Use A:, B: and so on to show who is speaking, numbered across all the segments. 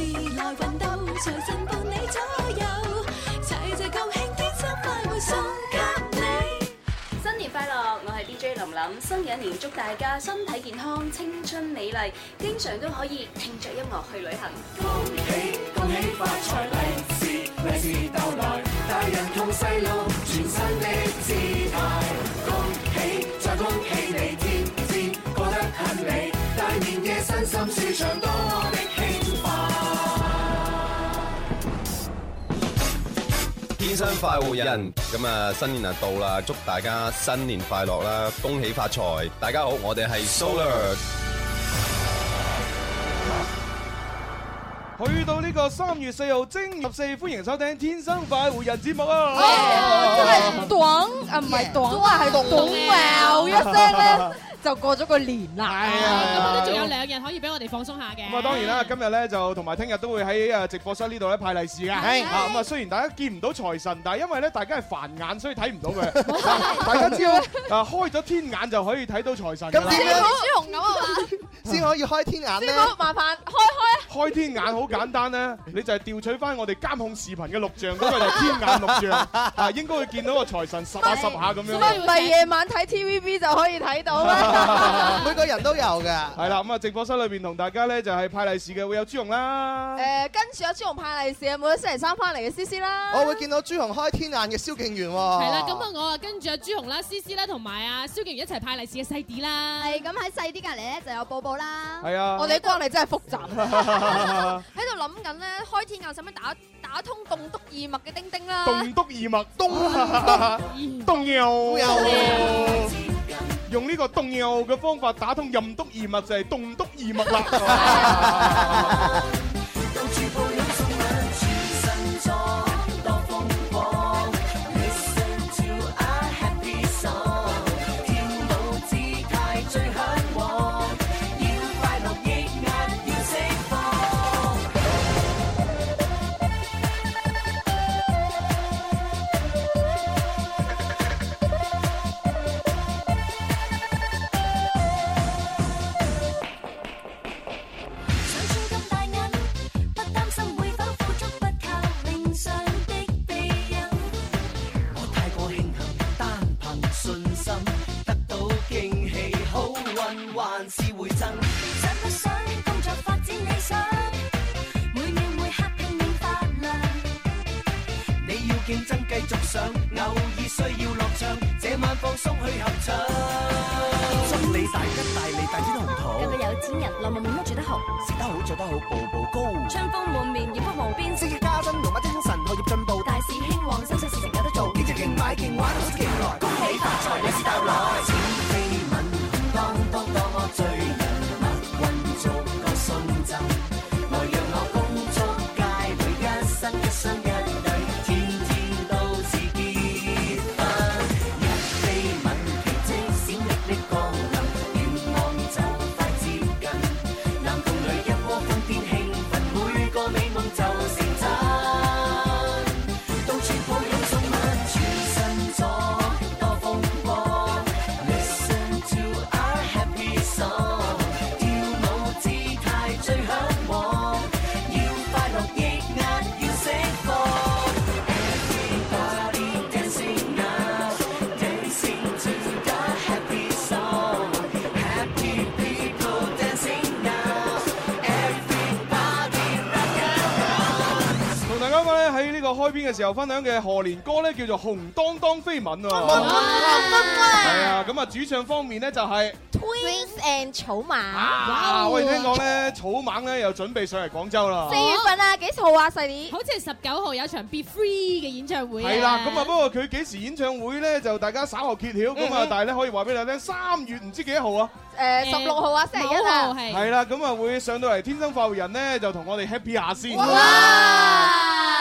A: 奮鬥，財神伴你左右，齊齊共慶，天生快活送給你。
B: 新年快樂！我係 DJ 林琳，新嘅一年祝大家身體健康、青春美麗，經常都可以聽着音樂去旅行。
C: 恭喜發財利是，利是到來，大人同細路全新的姿態。恭喜再恭喜你，天天過得很美，大年夜身心舒暢，多的興快。
D: 天生快活人，咁啊新年啊到啦，祝大家新年快樂啦，恭喜發財！大家好，我哋係 Solar。
E: 去到呢個三月四號正月四，歡迎收聽《天生快活人》節目
F: 哎真
E: 啊！
F: 係咚啊，唔係咚啊，係咚喵一聲咧，就過咗個年啦。
G: 咁都仲有兩日可以俾我哋放鬆下嘅。
E: 咁啊，當然啦，今日咧就同埋聽日都會喺誒直播室呢度咧派利是㗎。
G: 係
E: 啊，咁啊，雖然大家見唔到財神，但係因為咧大家係凡眼，所以睇唔到佢。大家只要啊開咗天眼就可以睇到財神㗎啦。
H: 咁點樣
F: 朱紅咁啊嘛，
H: 先可以開天眼咧。
F: 師傅麻煩開開啊！
E: 開天眼好簡單咧，你就係調取翻我哋監控視頻嘅錄像，嗰個就係天眼錄像，啊應該會見到個財神十下十下咁樣。
F: 唔係夜晚睇 TVB 就可以睇到啦。
H: 每個人都有㗎。
E: 係啦，咁啊直播室裏邊同大家咧就係派利是嘅會有朱容啦。
F: 誒，跟住阿朱紅派利是啊，每個星期三翻嚟嘅思思啦。
H: 我會見到朱紅開天眼嘅蕭敬元喎。
G: 係啦，咁啊，我啊跟住阿朱紅啦、思思啦，同埋阿蕭敬元一齊派利是嘅細啲啦。係咁喺細啲隔離咧就有寶寶啦。
E: 係啊
F: 我哋關你真係複雜。
I: 喺度諗緊咧，開天眼使唔使打打通棟篤二脈嘅叮叮啦？
E: 棟篤二脈，
I: 棟
E: 東東右
I: 右
E: 用呢個動右嘅方法打通任督二脈就係動督二脈啦。
C: 到處報音送兩處新裝，多風光。Listen to a happy song，跳舞姿態最向往，要快樂抑壓要釋放。
A: 想穿金戴銀，不擔心會否付出，不靠命上的庇蔭。
C: 我太過慶幸，單憑信心得到驚喜，好運還是會增。
A: 想不想工作發展理想？每秒每刻拼命發亮。
C: 你要競爭繼續上，偶爾需要落場，這晚放鬆去合唱。祝你大吉大利，大展宏圖。
J: 個個有錢人，落幕滿屋住得豪，
C: 食得好，做得好，步步高。
J: 春風滿面，染不無邊。
C: 升職加薪，龍馬精神，學業進步，
J: 大事興旺，心想事成有得做。
C: 勁就勁買勁玩，好似勁來，恭喜發財，利是到來。錢飛吻，當當當我醉人，麥運做個送贈，來讓我恭祝佳會一生一雙一對，天天都是結婚。一飛吻，奇蹟閃力的降臨，願望就快接近，男同女一窩蜂天興奮，每個美夢就成真。到處抱擁送吻，全身裝多風光。Listen to our happy song，跳舞姿態最向往，要快樂抑壓要釋放。Everybody dancing now, dancing to the happy song. Happy people dancing now, everybody rock and roll.
E: 同大家講咧喺呢個開篇嘅時候分享嘅賀年歌咧叫做《紅當當飛吻》喎。係啊，咁啊主唱方面咧就係。
F: Twins and 草蜢。
E: 啊！喂，聽講咧，草蜢咧又準備上嚟廣州啦。
F: 四月份啊，幾號啊，細啲？
G: 好似係十九號有一場 Be Free 嘅演唱會
E: 係啦，咁啊，不過佢幾時演唱會咧，就大家稍後揭曉。咁啊
G: 嗯，
E: 但係咧可以話俾你聽，三月唔知幾多號啊？
F: 誒，十六號啊，星期一啊。
E: 係啦，咁啊會上到嚟《天生快活人》咧，就同我哋 happy 下先。
F: 哇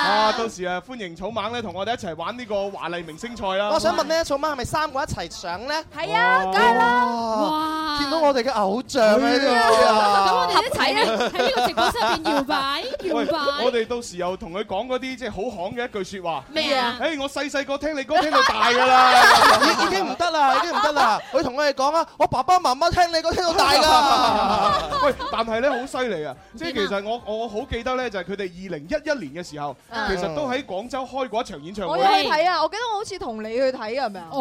E: 啊，到時啊，歡迎草蜢咧，同我哋一齊玩呢個華麗明星賽啦。
H: 我想問咧，草蜢係咪三個一齊上咧？
F: 係啊
H: 哇
F: 梗係啦
H: 哇！見到我哋嘅偶像喺度啊！
G: 咁我哋一齊咧喺呢個直播室入邊搖擺。搖
E: 喂，
G: 擺
E: 啊 我哋到時候同佢講嗰啲即係好行嘅一句説話。
G: 咩啊
E: 誒，我細細個聽你歌聽到大㗎啦，
H: 已已經唔得啦，已經唔得啦。我同佢哋講啊，我爸爸媽媽聽你歌聽到大㗎。
E: 喂，但係咧好犀利啊！即係其實我我好記得咧，就係佢哋二零一一年嘅時候，
K: 嗯
E: 其實都喺廣州開過一場演唱
K: 我
E: 會
K: 有。去睇啊！我記得我好似同你去睇係咪啊？
E: 誒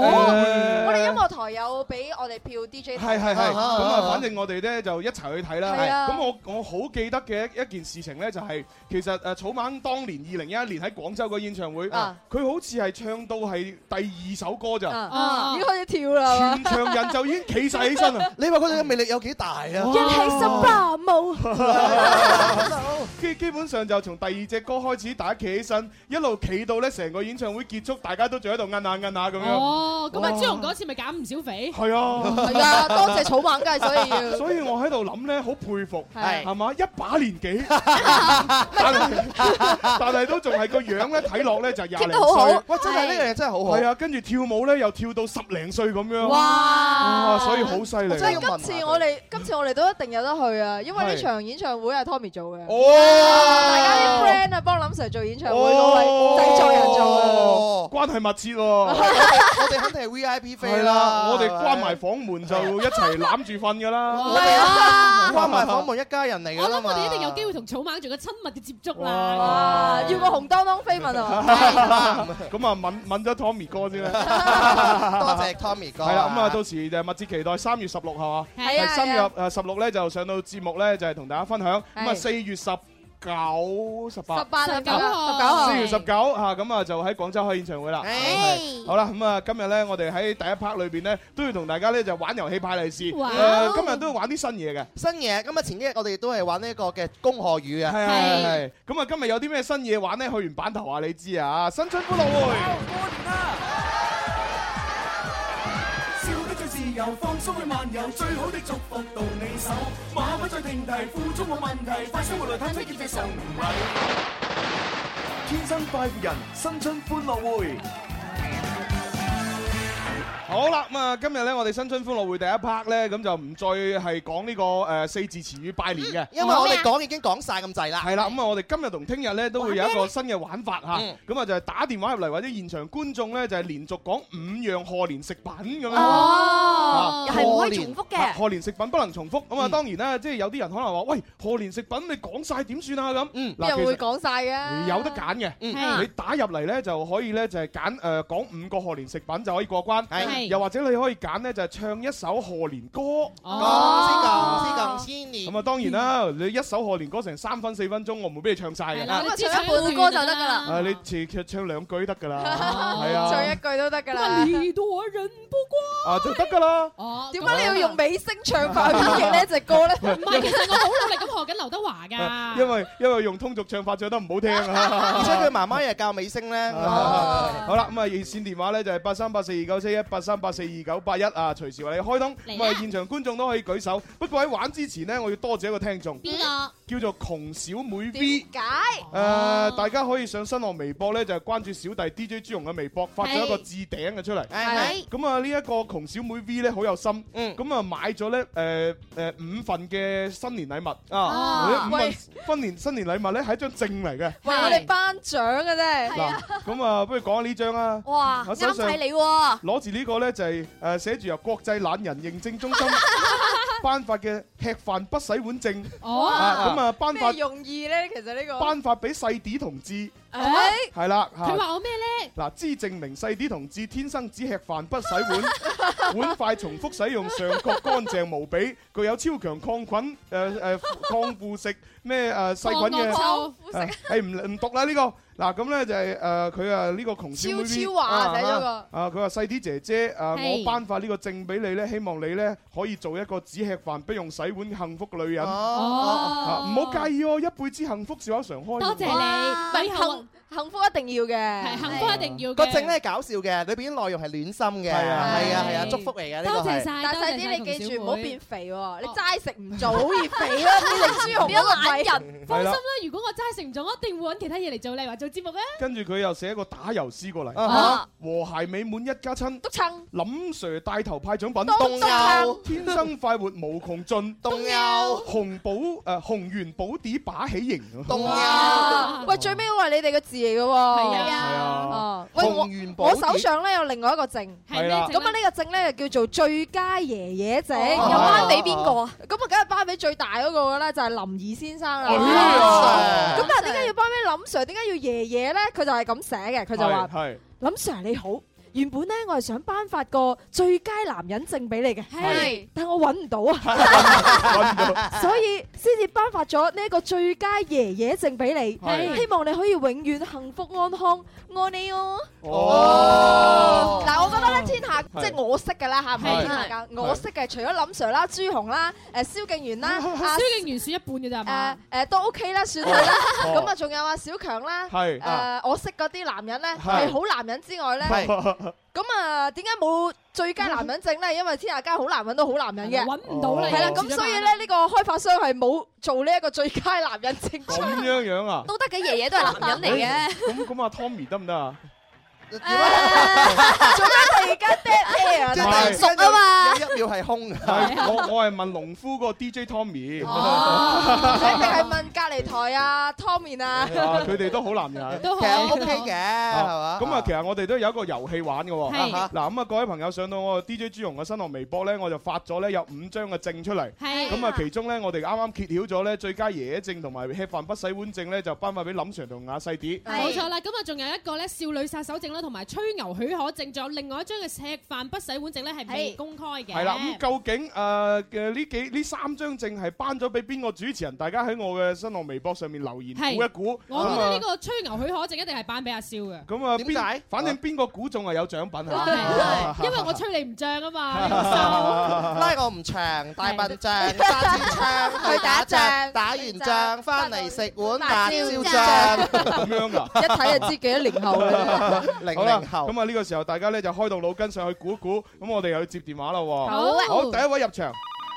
K: 我哋音樂台有俾我哋票 DJ 睇。
E: 呃係係係，咁
K: 啊
E: 啊，反正我哋咧就一齊去睇
K: 係
E: 啦。
K: 啊
E: 咁我我好記得嘅一一件事情咧，就係其實誒草蜢當年二零一一年喺廣州個演唱會，佢
K: 啊
E: 好似係唱到係第二首歌咋，
K: 啊已經開始跳啦。
E: 全場人就已經企晒起身 啊啦。
H: 你話佢哋嘅魅力有幾大啊？
E: 哇
K: 舞，
E: 基基本上就從第二隻歌開始，大家企起身，一路企到咧成個演唱會結束，大家都仲喺度摁下摁下咁樣。
G: 哦，咁
E: 哇
G: 啊，朱紅嗰次咪減唔少肥。
E: 係啊，
K: 係啊，多謝草蜢㗎，所以 要。
E: 所以我喺度諗咧，好佩服，
K: 係
E: 係嘛？一把年 紀，但係但係都仲係個樣咧，睇落咧就廿
K: keep
E: 零
K: 得好好
E: 歲。
H: 哇！真係呢樣嘢真係好好。
E: 係啊，跟住跳舞咧又跳到十零歲咁樣。
K: 哇
E: 哇！所以好犀利
H: 真。
K: 今
H: 係
K: 次我哋今次我哋都一定有得去啊，因為呢
E: 係
K: 場演唱會係 Tommy 做嘅。大家啲
E: 哦，
K: friend 啊，幫林 Sir 做演唱會嗰位製作人做嘅。
E: 哦關係密切 喎。
H: 我哋肯定係 V I P
E: 係
H: 飛啦，
E: 我哋關埋 房門就一齊攬住瞓㗎啦。
G: 係啊！
H: 關埋房門一家人嚟
G: 我
H: 㗎啦
G: 諗
H: 嘛。
G: 我哋一定有機會 同草蜢做個親密嘅接觸啦。
K: 哇！要個紅當當飛吻啊！
E: 咁啊，問問咗 Tommy 哥 先啦。
H: 多謝 Tommy 哥。
E: 係啦，咁啊，到時就密切期待三月十六號啊。
K: 係啊
E: 三
K: 係
E: 月
K: 啊，
E: 誒十六咧就上到節目咧，就係同大家分享。咁啊，
K: 係
E: 四月十九、十八
K: 十。八啊，
G: 十
K: 十九
G: 九
K: 號，十九
G: 號
K: 號
E: 四。月十九啊，咁啊就喺廣州開演唱會啦。
H: 哎
E: 係好啦，咁啊今日咧，我哋喺第一 part 裏邊咧，都要同大家咧就玩遊戲派利是。
G: 哇
E: 誒今日都要玩啲新嘢嘅。
H: 新嘢，咁啊前幾日我哋都係玩呢個嘅恭賀語嘅。
E: 係係係。咁啊今日有啲咩新嘢玩咧？去完版頭啊，你知啊，新春歡樂會。
C: 笑得最自由，放鬆去漫遊，最好的祝福到你手。馬不再停蹄，付出冇問題，快生活來探出見證上唔禮。天生快活人，新春歡樂會。
E: 好啦，咁啊今日咧我哋新春歡樂會第一 part 咧，咁就唔再係講呢個誒四字詞語拜年嘅。
H: 因為我哋講已經講晒咁滯啦。
E: 係啦，咁啊，我哋今日同聽日咧都會有一個新嘅玩法嚇，
H: 嗯
E: 咁啊就係打電話入嚟或者現場觀眾咧就係連續講五樣賀年食品咁樣。
G: 哦
E: 啊
J: 係唔可以重複
E: 啊
J: 嘅。
E: 賀年食品不能重複，咁啊
H: 嗯
E: 當然啦，即係有啲人可能話：喂，賀年食品你講晒點算啊？咁
H: 嗯
K: 邊
E: 嗱，
K: 人
E: 其
K: 會
E: 實
K: 講晒嘅？
F: 啊
E: 你有得。 揀嘅。
H: 嗯
G: 係
E: 你打入嚟咧就可以咧就係揀誒講五個賀年食品就可以過
H: 係
E: 關，
G: 係
E: 又或者你可以揀咧就係唱一首賀年歌。
G: 哦
H: 講先講先年
E: 咁。啊當然啦，你一首賀年歌成三分四分鐘，我唔會俾你唱晒
G: 係
E: 嘅。
G: 啦，
K: 咁啊
G: 你知
K: 唱一
G: 唱一
K: 半
G: 段
K: 歌就得㗎啦
E: 啊！你其實唱兩句得㗎啦，
G: 哦
E: 係
K: 唱一
E: 啊，
K: 句都得㗎啦
G: 哇！你多人不怪。
E: 啊就得㗎啦。
G: 哦，
K: 點解你要用美聲唱 法去演繹呢一隻歌咧？
G: 唔係，其實我好努力咁學緊劉德華㗎。
E: 啊因為因為用通俗唱法唱得唔好聽啊。
H: 而且佢媽媽又係教美聲咧。
K: 哦
E: 好啦，咁啊熱線電話咧就係八三八四二九四一八三八四二九八一啊，隨時為你開通。
G: 嚟啦
E: 咁啊現場觀眾都可以舉手。不過喺玩之前呢，我要多謝一個聽眾，
G: 邊個？
E: 叫做窮小妹 V
K: 點。解？
E: 誒、大家可以上新浪微博咧，就係、關注小弟 DJ 朱容嘅微博，發咗一個置頂嘅出嚟。
H: 係
E: 咁啊，呢一個窮小妹 V 咧好有心，
H: 嗯
E: 咁啊買咗咧誒誒五份嘅新年禮物
G: 啊
E: 五份新年新年禮物咧係一張證嚟嘅。
K: 喂，我哋頒獎嘅啫。
E: 嗱，咁啊，不如講下呢張啊。
J: 哇，
E: 我手
J: 啱
E: 上
J: 睇你喎！
E: 攞住呢個咧就係誒寫住由國際懶人認證中心頒發嘅吃飯不洗碗證
G: 哦，
E: 啊，咁啊頒
K: 咩
E: 發
K: 用意咧？其實呢個
E: 頒發俾細啲同志，
K: 誒
E: 係啦嚇。
G: 佢話我咩咧？
E: 嗱，知證明細啲同志天生只吃飯不洗碗，碗筷重複使用，上角乾淨無比，具有超強抗菌、誒誒抗腐蝕咩誒細菌嘅。
G: 臭
E: 誒誒唔唔讀啦呢個，嗱咁咧就係誒佢啊呢個窮小妹
K: 超超華寫咗個
E: 啊啊佢話細啲姐姐誒我
G: 係
E: 頒發呢個證俾你咧，希望你咧可以做一個只吃飯不用洗碗嘅幸福女人啊！
H: 哦。
E: 唔
G: 哦，
E: 好介意哦，一輩子幸福笑口常開。
G: 多謝你。
J: 哇
G: 咪以後
F: 幸福一定要嘅，
G: 係幸福一定要嘅
H: 個證咧係搞笑嘅，裏邊啲內容係暖心嘅，係啊係啊係啊，祝福嚟嘅呢個係。
F: 但細啲你記住唔好變肥喎，你齋食唔做好易肥 啦，
G: 你
F: 你朱紅嗰個鬼
G: 放心啦，如果我齋食唔做，我一定會揾其他嘢嚟做，例如話做節目咧。
E: 跟住佢又寫個打油詩過嚟，
G: 啊
E: 和諧美滿一家親，
F: 撐
E: 林 Sir 帶頭派獎品，
F: 動友
E: 天生快活無窮盡，
H: 動友
E: 紅寶誒紅元寶碟把喜迎，
F: 動啊！喂，最尾嗰個係你哋嘅字嚟嘅喎。
E: 係啊
F: 哦喂，我
E: 紅元寶
F: 我
E: 碟
F: 手上咧有另外一個證，
E: 係咩證咧
F: 咁啊呢個證咧叫做最佳爺爺證，
E: 哦又頒俾邊個
F: 啊？咁啊，梗係頒俾最大嗰個啦，就係哦林怡先生啦。
E: 哎呀
F: 咁但係點解要頒俾林 Sir？點解要爺爺咧？佢就係咁寫嘅，佢就話。
E: 係。
F: 林 Sir 你好，原本咧我係想頒發個最佳男人證俾你嘅，
E: 係
F: 但我揾唔到啊，所以先至頒發咗呢一個最佳爺爺證俾你，
K: 係
F: 希望你可以永遠幸福安康，愛你哦。
K: 哦
F: 嗱，我覺得咧天下
K: 係
F: 即係我識㗎啦嚇，唔係
G: 係
F: 天下間
G: 係
F: 我識嘅，除咗林 Sir 啦、朱紅啦、誒蕭敬元啦、阿
G: 蕭敬元算一半嘅咋係嘛？
F: 誒誒都 OK 啦， 算係啦。
G: 哦
F: 咁啊，仲有啊小強啦，
G: 係
E: 啊
F: 誒我識嗰啲男人咧
G: 係
F: 係好男人之外咧。咁啊，點解冇最佳男人證咧？因為天下間好難揾到好男人嘅，揾
G: 唔到啦
F: 係啦，
G: 已經
F: 咁所以 咧，呢個開發商係冇做呢一個最佳男人證 出
E: 咁
F: 嚟。
E: 樣樣啊？
F: 得嘅爺爺都係男人嚟嘅。
E: 咁咁阿 Tommy 得唔得啊？
F: 做咩你而家嗲咩啊？
E: 即係
F: 熟啊嘛，
H: 有一秒係空嘅。
E: 係我我係問農夫嗰個 DJ Tommy，
F: 哦你一定係問隔離台啊 Tommy 啊。
E: 啊佢哋都好男 人，
F: 都好
H: 其實 OK 嘅，係嘛？
E: 咁啊，其實我哋都有一個遊戲玩嘅
H: 係
E: 喎。嗱，咁啊，各位朋友上到我 DJ 朱紅嘅新浪微博咧，我就發咗咧有五張嘅證出嚟。
G: 係
E: 咁啊，其中咧我哋啱啱揭曉咗咧最佳爺爺證同埋吃飯不洗碗證咧，就頒發俾林 Sir 同阿細啲。
G: 冇錯啦，咁啊仲有一個咧少女殺手證啦，同埋吹牛許可證，仲有另外一張嘅赤飯不洗碗證咧係未公開嘅。
E: 係嗯啦，咁啊究竟誒嘅呢幾呢三張證係頒咗俾邊個主持人？大家喺我嘅新浪微博上面留言
G: 係
E: 估一估。
G: 我
E: 咁
G: 覺
E: 啊
G: 得呢個吹牛許可證一定係頒俾阿蕭 嘅。
E: 咁啊，邊
G: 解
E: 反正邊個估中係有獎品
G: 係
E: 啊？
G: 因為我吹你唔漲啊嘛，你唔 收
H: 拉我唔長，大笨象，揸支 槍去打仗，打完仗翻嚟食碗辣椒醬。
E: 咁樣噶，
F: 一睇就知幾多年後啦。
E: 零零後。咁啊，呢個時候大家咧就開動腦筋上去估一估，咁我哋又要接電話啦喎。
L: 好啊
E: 好，第一位入場。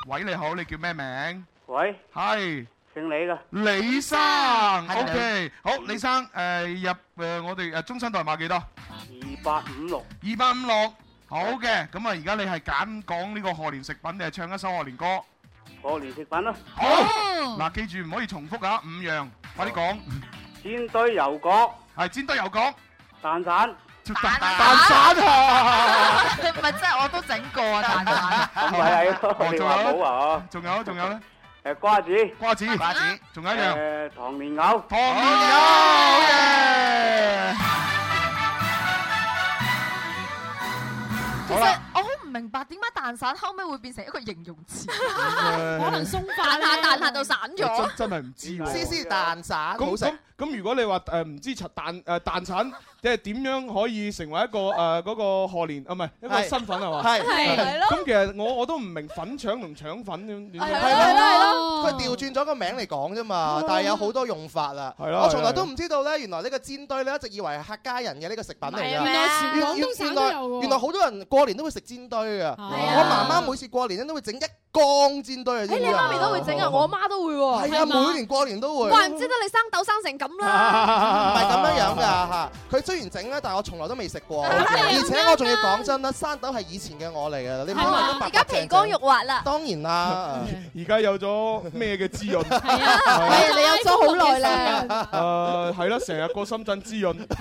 E: 喂，你好，你叫咩名？
L: 喂，
E: 係
L: 姓李噶，
E: 李生
L: 係
E: ，OK，好，李生，誒入誒我哋誒中身代碼幾多？
L: 二八五六，
E: 二百五六，好嘅，咁啊，而家你係揀講呢個賀年食品定係唱一首賀年歌？
L: 過年食品啦，
E: 好，嗱，記住唔可以重複啊，五樣，快啲講。
L: 煎堆油角，
E: 係煎堆油角，
L: 蛋散，
E: 蛋蛋散啊！
M: 唔係，即係我都整過啊，蛋蛋。
L: 唔係係
E: 哦
L: 咯， 你話冇啊？
E: 仲有仲有咧？
L: 誒瓜子，
E: 瓜子，
L: 瓜子，
E: 仲有一樣
L: 誒糖蓮藕，
E: 糖蓮藕，
H: 哦
E: 好嘢！
M: 其實我好唔明白點解蛋散後尾會變成一個形容詞，可
E: 能鬆
M: 化
F: 彈
G: 啊
F: 下彈
M: 下就散
E: 真真係唔知喎。
H: 絲絲蛋散好
E: 咁啊
H: 食
E: 咁咁，如果你話誒唔知柒蛋誒蛋產，即係點樣可以成為一個誒嗰個賀年啊？唔係一個
H: 係
E: 身份係嘛？
H: 係係係咯
E: 咁其實我我都唔明粉腸同腸粉點點。
H: 佢調轉咗個名嚟講啫嘛，但係有好多用法啦。
E: 哦係咯
H: 我從來都唔知道咧，原來呢個煎堆咧一直以為係客家人嘅呢個食品嚟㗎。
M: 係啊咩原來全廣東省都有喎
H: 原來原來好多人過年都會食煎堆㗎。我媽媽每次過年咧都會整一缸煎堆啊！
F: 誒，你媽咪都會整啊，我媽都會喎。
H: 係啊，每年過年都會。
I: 怪唔知得你生豆生成咁
H: 唔係咁
I: 啦。
H: 樣樣㗎嚇。佢雖然整咧，啊但係我從來都未食過。
I: 係
H: 而且我仲要講真啦，山豆係以前嘅我嚟㗎，你唔好話都白
I: 而家皮光肉滑啦。
H: 當然啦。
E: 而家有咗咩嘅滋潤？係
H: 啊
F: 係你有咗好耐啦。
E: 誒呃係啦，成日過深圳滋潤。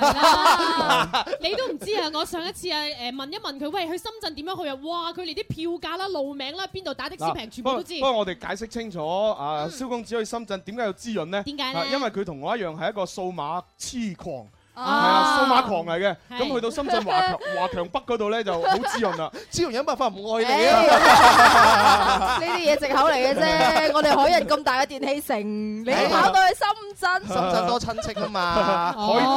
G: 你都唔知啊！我上一次啊，誒問一問佢，喂，去深圳點樣去啊？哇！佢連啲票價啦、路名啦、邊度打的士平，全部都知嗯
E: 不。過我哋解釋清楚，啊，蕭公子去深圳點解要滋潤呢？
G: 點解呢
E: 啊因為佢同我一樣係一個數碼痴狂。係
G: 哦
E: 啊，數碼狂嚟嘅，
H: 係
E: 咁去到深圳華強 華強北嗰度咧就好滋潤啊啦。
H: 滋潤有辦法唔愛
F: 你啊？ 呢啲嘢藉口嚟嘅啫，我哋海印咁大嘅電器城，你跑到去深圳，
H: 深圳多親戚啊嘛，，
E: 海
G: 哦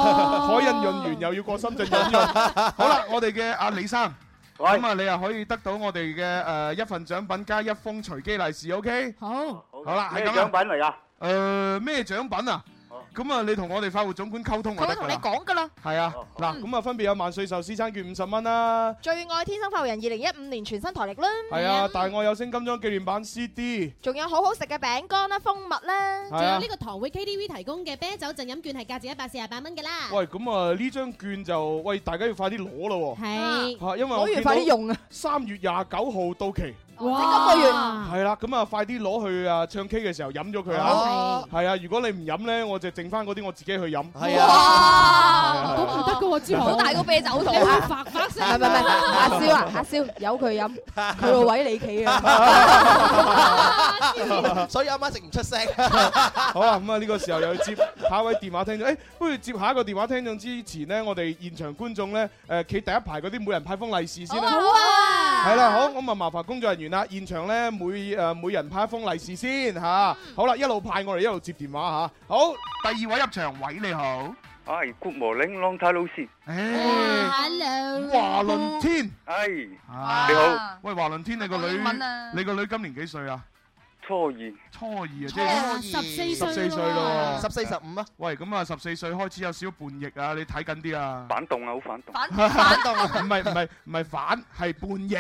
E: 海印潤完又要過深圳潤潤。好啦，我哋嘅阿李生，咁啊你又可以得到我哋嘅誒一份獎品加一封隨機利是，OK？
G: 好，
E: 好啦，係
L: 咩
E: 咁
L: 獎
E: 啦
L: 品嚟㗎？
E: 誒咩獎品啊？咁咁啊，你同我哋快活總管溝通就
M: 佢
E: 得
M: 會
E: 㗎
M: 同你
E: 啦。
M: 講㗎啦。
E: 係啊，嗱，咁啊分別有萬歲壽司餐券五十蚊啦，
F: 最愛天生快活人二零一五年全新台歷啦，
E: 係啊，大愛有聲金章紀念版 CD，
F: 仲有好好食嘅餅乾啦、蜂蜜啦，
E: 係啊仲有呢
G: 呢個堂會 KTV 提供嘅啤酒贈飲券係價值一百四十八蚊㗎啦。
E: 喂，咁啊呢張券就喂大家要快啲攞咯喎，
G: 係
E: 嚇，因為
G: 攞完快啲用
E: 啊，三月廿九號到期。
G: 哇！今個月
E: 係啦，咁啊，快啲攞去啊唱 K 嘅時候飲咗佢啦
G: 哦。
E: 係啊，如果你唔飲咧，我就剩翻嗰啲我自己去飲。係
I: 哇
E: 係啊
G: 得㗎喎，之後
F: 好大個啤酒肚
G: 你會發發聲。
F: 係咪咪阿 蕭啊，阿蕭由佢飲，佢個位你企啊
H: 所以啱啱食唔出聲。
E: 好啦，咁啊呢個時候又要接下一位電話聽眾。誒，不如接下一個電話聽眾之前呢，我哋現場觀眾咧誒企第一排嗰啲每人派封利是先啦。
G: 好啊
E: 係啦，好，咁啊麻煩工作人員啦，現場咧每誒每人派一封利是先嚇。好啦，一路派我哋一路接電話嚇。好，第二位入場，位你好。
L: 唉，Good morning，long time no see。
G: Hello，
E: 華倫天，
L: 唉，
E: 你
L: 好，
E: 喂，華倫天，你個女
L: 英文啊，
E: 你個女今年幾歲啊？
L: 初二，
E: 初二啊，即
H: 哇
E: 係
H: 14歲
E: 十四歲咯，
H: 啦14
E: 15啊。喂，咁啊，十四歲開始有少少叛逆啊，你睇緊啲 啊。
L: 反動啊，好反動。
E: 反反動啊？唔係唔係唔係反，係叛逆。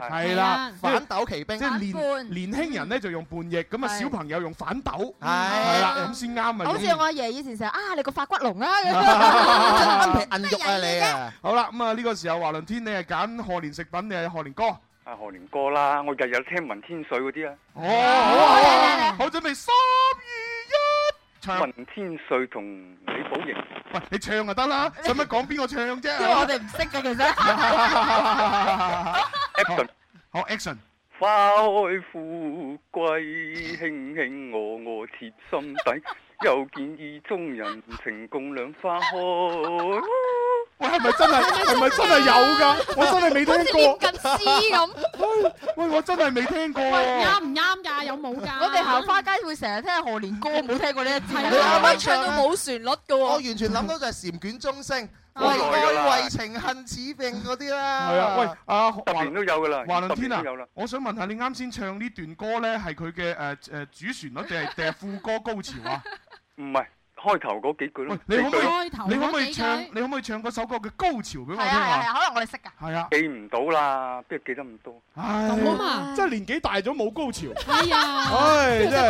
E: 係啦，
H: 反斗奇兵啊
E: 即係
H: 反叛
E: 年年輕人咧就用叛逆，咁啊
H: 係
E: 小朋友用反斗，係啦，咁先啱啊。
M: 好似我阿爺以前成日啊，你個發骨龍啊咁
E: 啊
M: 樣。
E: 真皮硬肉啊你啊！好啦，咁啊呢個時候華倫天，你係揀賀年食品定係賀年歌？
L: 啊，賀年歌啦，我日日聽文天水嗰啲啊。
E: 哦，好啊好啊，好準備三二一，唱。
L: 文天水同李寶瑩。
E: 喂，你唱就得啦，使乜講邊個唱啫？
L: 因為我
E: 哋唔識嘅其實。
L: Action，
E: 好 action。
L: 花開富貴，卿卿我我貼心底， 又見意中人，情共兩花 開。
E: 喂，係咪真係？係咪真係有㗎？我真係未聽過。
G: 好似念緊詩咁
E: 喂。喂，我真係未聽過。
G: 喂，啱唔啱㗎？有冇㗎？
M: 我哋行花街會成日聽賀年歌，冇聽過呢一支。
H: 你啱啱唱到冇
M: 旋律嘅喎。我
H: 完全諗到就係蟬卷中聲，
L: 好耐㗎
H: 為
L: 啦
H: 愛為情恨似病嗰啲啦。
E: 係啊，喂，阿
L: 十年都有㗎啦，
E: 華
L: 十
E: 倫天
L: 年
E: 啊
L: 都有啦。，
E: 我想問下你啱先唱呢段歌咧，係佢嘅誒誒主旋律定係定係副歌高潮啊？
L: 唔係開頭嗰幾句咯。
E: 你可唔可以
L: 幾句
E: 你可唔可以唱你可唔可以唱嗰首歌嘅高潮俾我
M: 係啊
E: 聽
M: 係
E: 下？
M: 啊，可能我哋識㗎。
E: 係啊，
L: 記唔到啦，邊度記得咁多？
E: 唉
M: 咁啊，
E: 真係年紀大咗冇高潮。
M: 哎呀
E: 唉，真係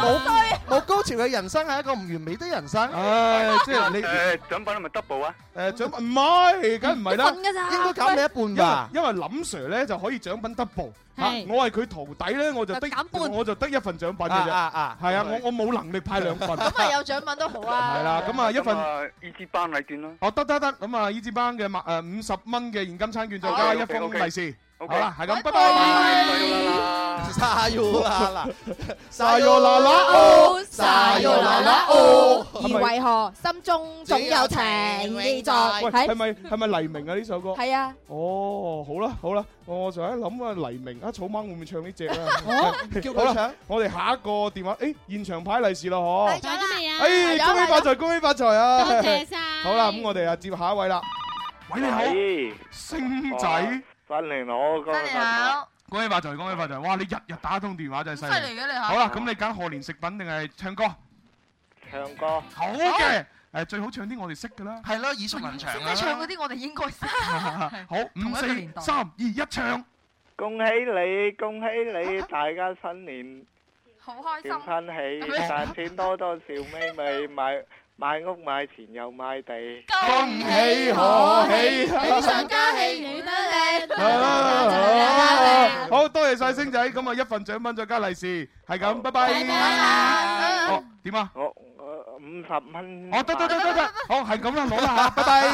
H: 冇冇高潮嘅人生係一個唔完美的人生。
E: 唉，即係你
L: 誒獎品係咪 double 啊？
E: 誒獎品唔係，梗唔係啦，
H: 一份㗎咋應該減你一半吧
E: 因為因為林 Sir 咧就可以獎品 double，嚇
H: 係
E: 我係佢徒弟咧，我就得我就得一份獎品嘅啫，係
H: 啊啊
E: 啊，我我冇能力派兩份。
M: 咁啊，有獎品都好啊。
E: 係啦，咁啊一份
L: 啊，E 依支班禮券咯。
E: 哦，得得得，咁啊，呢支班嘅誒五十蚊嘅現金餐券，再加一
L: OK，OK，
E: 封
L: OK
E: 利是。好
L: OK
E: 啦，係咁，拜
L: 拜。
H: 沙喲啦啦，
E: 沙喲啦啦哦，沙
F: 喲啦啦
E: 哦
F: 而為何心中總有情意在？
E: 喂，
F: 係
E: 係咪係咪黎明啊？呢首歌
F: 係啊。
E: 哦，好啦好啦，我就喺諗啊，黎明啊，草蜢會唔會唱呢只啊？
F: 哦
H: 叫佢
E: 好啦
H: 唱
E: 我哋下一個電話，誒，現場派利是啦，嗬。
G: 仲有啲咩啊？
E: 哎，
G: 有
E: 恭喜
G: 有
E: 發財，恭喜發財啊！
G: 多謝晒
E: 好啦，咁我哋啊接下一位啦。喂，你好，
N: 哎
E: 星仔。
O: 新年好，恭
E: 新年好。恭喜發財，恭喜發財！哇，你日日打通電話真係犀
O: 咁犀利嘅你嚇
E: 好啦，咁你揀賀年食品定係唱歌？
O: 唱歌。
E: 好嘅，誒最好唱啲我哋識嘅啦。
H: 係咯，耳熟能詳
M: 即係唱嗰啲我哋應該識。
E: 好，五
O: 個年
E: 四
O: 代
E: 三二一，唱。
O: 恭喜你，恭喜你，大家新年
M: 好開心
O: 要。新喜，賺錢多多，笑眯眯，買買屋買錢又買地。
E: 恭喜可喜
M: 加喜，願得
E: 啊好，多謝晒星仔，咁啊一份獎品再加利是，係咁，拜拜。哦，點啊？
O: 我我五十蚊。
E: 哦，得得得得得，好係咁啦，攞啦嚇，拜拜。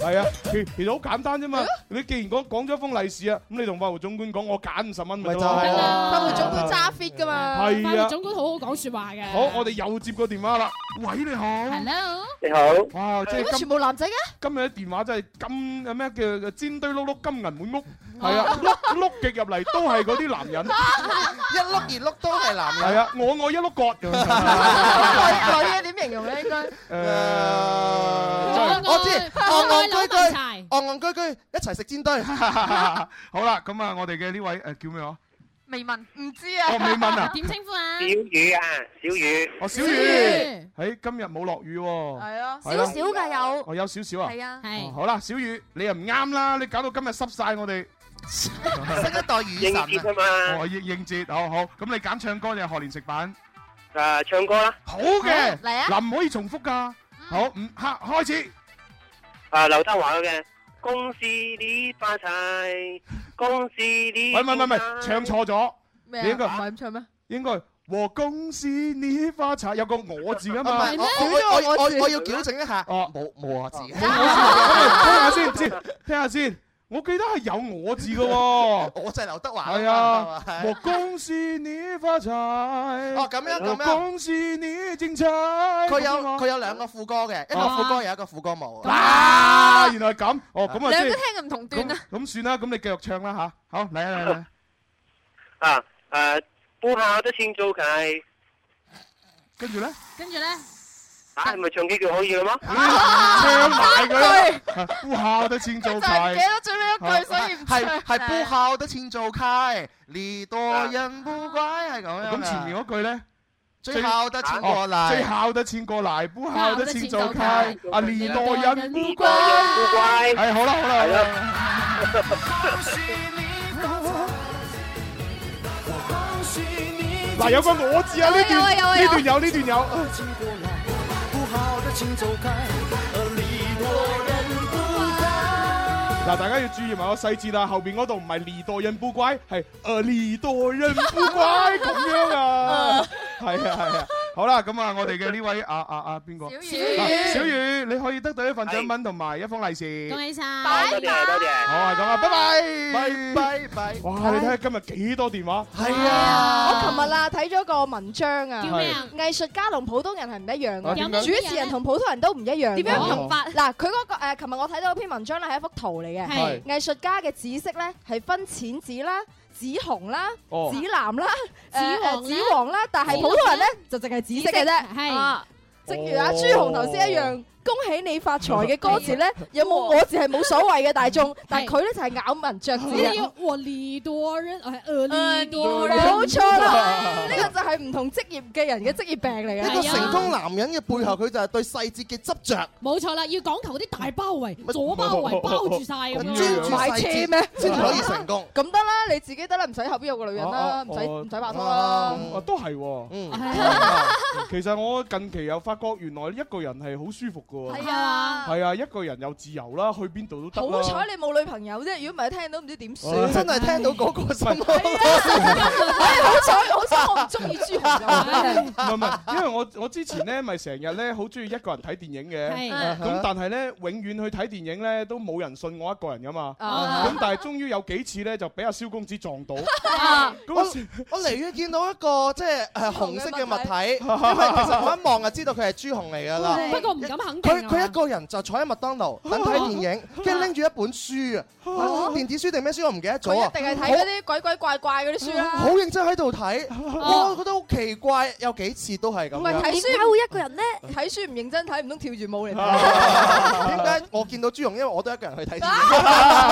E: 係啊，其其實好簡單啫嘛。你既然講講咗封利是啊，咁你同法務總管講，我揀五十蚊咪得
H: 咪就係
E: 咯。
F: 法會總管揸 fit 噶嘛，
E: 係啊法會
G: 總管好好講説話嘅。
E: 好，我哋又接個電話啦。喂，你好。
G: Hello。
O: 你好。
E: 哇，即
F: 咁
E: 係
F: 全
E: 今
F: 部男仔嘅。
E: 今日啲電話真係金誒咩叫煎堆碌碌金銀滿屋，係啊，碌碌極入嚟都係嗰啲男人。
H: 一碌二碌都係男人。
E: 係啊，我愛一碌 角咁。
M: 女女嘅點形容咧？應該
E: 誒，
H: 我知，戇戇居居，戇戇居居，一齊食煎堆。
E: 好啦，咁啊，我哋嘅呢位誒叫咩話？
M: 未問，唔知啊。
E: 哦未問啊
M: 點稱呼啊？
E: 小雨
N: à,
E: 啊，小雨。哦，
G: Ừ.
E: 小雨。
M: 雨
E: 喺今日冇落雨喎。係
M: 啊
E: 係啦
M: 少少㗎有
E: 哦，有少少啊。
M: 係啊係
E: 哦好啦，小雨，你又唔啱啦，你搞到今日濕晒我哋。新一代雨
N: 神啊應節啊嘛
E: 哦，應應節，好好。咁你揀唱歌定係賀年食品？
N: 誒唱歌啦，
E: 好嘅，
N: 嚟啊
E: 嗱唔可以重複㗎。好，五黑開始。
N: 啊劉德華嘅。恭喜你發財，恭喜你
E: 喂喂喂喂，唱錯咗。
K: 咩啊
E: 你應該
K: 唔係咁唱咩？
E: 應該和恭喜你發財有個我字㗎嘛？
H: 唔係我我我我我要啊矯正一下，哦冇冇
E: 啊
H: 我字嘅，
E: 聽下先，先聽下先。我記得係有我字嘅喎，
H: 我就係劉德華啦
E: 係啊
H: 係，咪
E: 我恭喜你發財。哦
H: 咁樣咁樣
E: 恭喜你精彩。佢
H: 佢有佢有兩個副歌嘅，
E: 哦
H: 一個副歌有一個副歌冇。
E: 啊，原來係咁。哦，咁啊，
M: 兩
E: 即
M: 個
E: 係
M: 聽嘅唔同段啊。
E: 咁咁算啦，咁你繼續唱啦吓，好，嚟啊嚟啊
N: 啊誒，不好的請走開，
E: 跟住咧，
M: 跟住咧，
N: 啊係咪唱幾句可以啦嘛？
E: 唱埋佢啦。啊呼孝得千做
H: 係
E: 牌。 어.
H: 係係不好的請走開，你多人不怪係咁樣。啊
E: 咁前面嗰句咧？
H: 最孝得錢過嚟
E: 哦最孝得錢過嚟，不孝得錢做契。啊，年代人
H: 不
E: 乖，
N: 乖
E: 係好啦好啦好啦。嗱，有個我字啊，呢
C: 有啊
E: 段
C: 有啊有啊
E: 呢段有呢段有。嗱，大家要注意埋個細節啦，後邊嗰度唔係利多人不乖，係呃利多人不乖咁樣啊，係啊係啊，好啦，咁啊，我哋嘅呢位啊啊啊邊個？
M: 小
C: 雨
E: 嗱小雨，你可以得到一份獎品同埋一封利是。
M: 恭喜晒！
E: 多謝多謝，好啊，咁啊，拜拜，
H: 拜拜拜。
E: 哇，你睇下今日幾多電話？
H: 係啊
F: 我琴日啊睇咗個文章啊，
E: 叫咩
G: à?
E: 啊
F: 藝術家同普通人係唔一樣
E: 啊點解
F: 嘅，主持人同普通人都唔一樣嘅。
E: 點樣唔同法
F: 嗱，佢嗰個誒，琴日我睇到篇文章咧係一幅圖嚟嘅
E: 係，
F: 藝術家嘅紫色咧係分淺紫啦。紫紅啦、
E: 哦
F: 紫藍啦、
M: 紫
F: 誒
M: 黃
F: 誒
M: 啦
F: 紫黃啦，但係普通人咧就淨係紫色嘅啫
M: 紫。色係
F: 啊正如阿
M: 哦
F: 朱紅頭先一樣，恭喜你發財嘅歌詞
E: 哦
F: 咧，有冇我字係冇所謂嘅大眾， 但係佢咧就係咬文嚼字啊
G: 呢個我利多人，我係呃利多人，
F: 冇錯啦，呢個就係唔同職業嘅人嘅職業病嚟
H: 一個
F: 嘅。
H: 成功男人嘅背後，佢就係對細節嘅執着。
G: 冇錯啦，要講求啲大包圍、左包圍包住晒咁
H: 專
G: 樣。
H: 注
F: 買
H: 細
F: 車
H: 節
F: 咩
H: 先可以成功。
F: 咁得啦，你自己得啦，唔使後邊有個女人啦，
E: 啊
F: 唔使
E: 哦
F: 唔使拍拖啦。
E: 啊，都係 喎。其實我近期又發覺，原來一個人係好舒服嘅喎。
F: 係啊
E: 哦係啊，一個人又自由啦，去邊度都得
F: 好
E: 啦。哦
F: 彩你冇女朋友啫，如果唔係聽到唔知點算。
E: 唉真係聽到
H: 嗰個
E: 心。
F: 唉哎好彩，好彩我唔中意朱紅
G: Ờ,
E: 唔
F: 就。
E: 係唔係，因為我我之前咧咪成日咧好中意一個人睇電影嘅，
F: 係
E: 咁但係咧永遠去睇電影咧都冇人信我一個人噶嘛，
H: 啊
E: 咁但係終於有幾次咧就俾阿蕭公子撞 到，
H: 啊
E: 咁
H: 我
E: 啊
H: 我離遠見到一個即係誒紅色嘅物體，
E: 紫
H: 因
E: 紅嘅物
H: 為
E: 體
H: 其實我一望就知道佢係朱紅嚟㗎啦。
G: 不過唔敢肯定
H: 佢
G: 啊。
H: 佢一個人就坐喺麥當勞等睇電影，跟住拎住一本書啊，電子書定咩書我唔記得咗
F: 佢
H: 啊
F: 一定係睇嗰啲鬼鬼怪怪嗰啲書
H: 好
F: 啦。
H: 好認真喺度睇，
G: Ờ.
H: 我覺得好奇怪，有幾次都係咁
F: 唔
H: 樣。
F: 係睇書
H: 點
F: 會一個人咧？睇書唔認真睇，唔通跳住舞嚟
E: 啊
F: 睇？
H: 解我見到朱紅，因為我都一個人去 睇電影。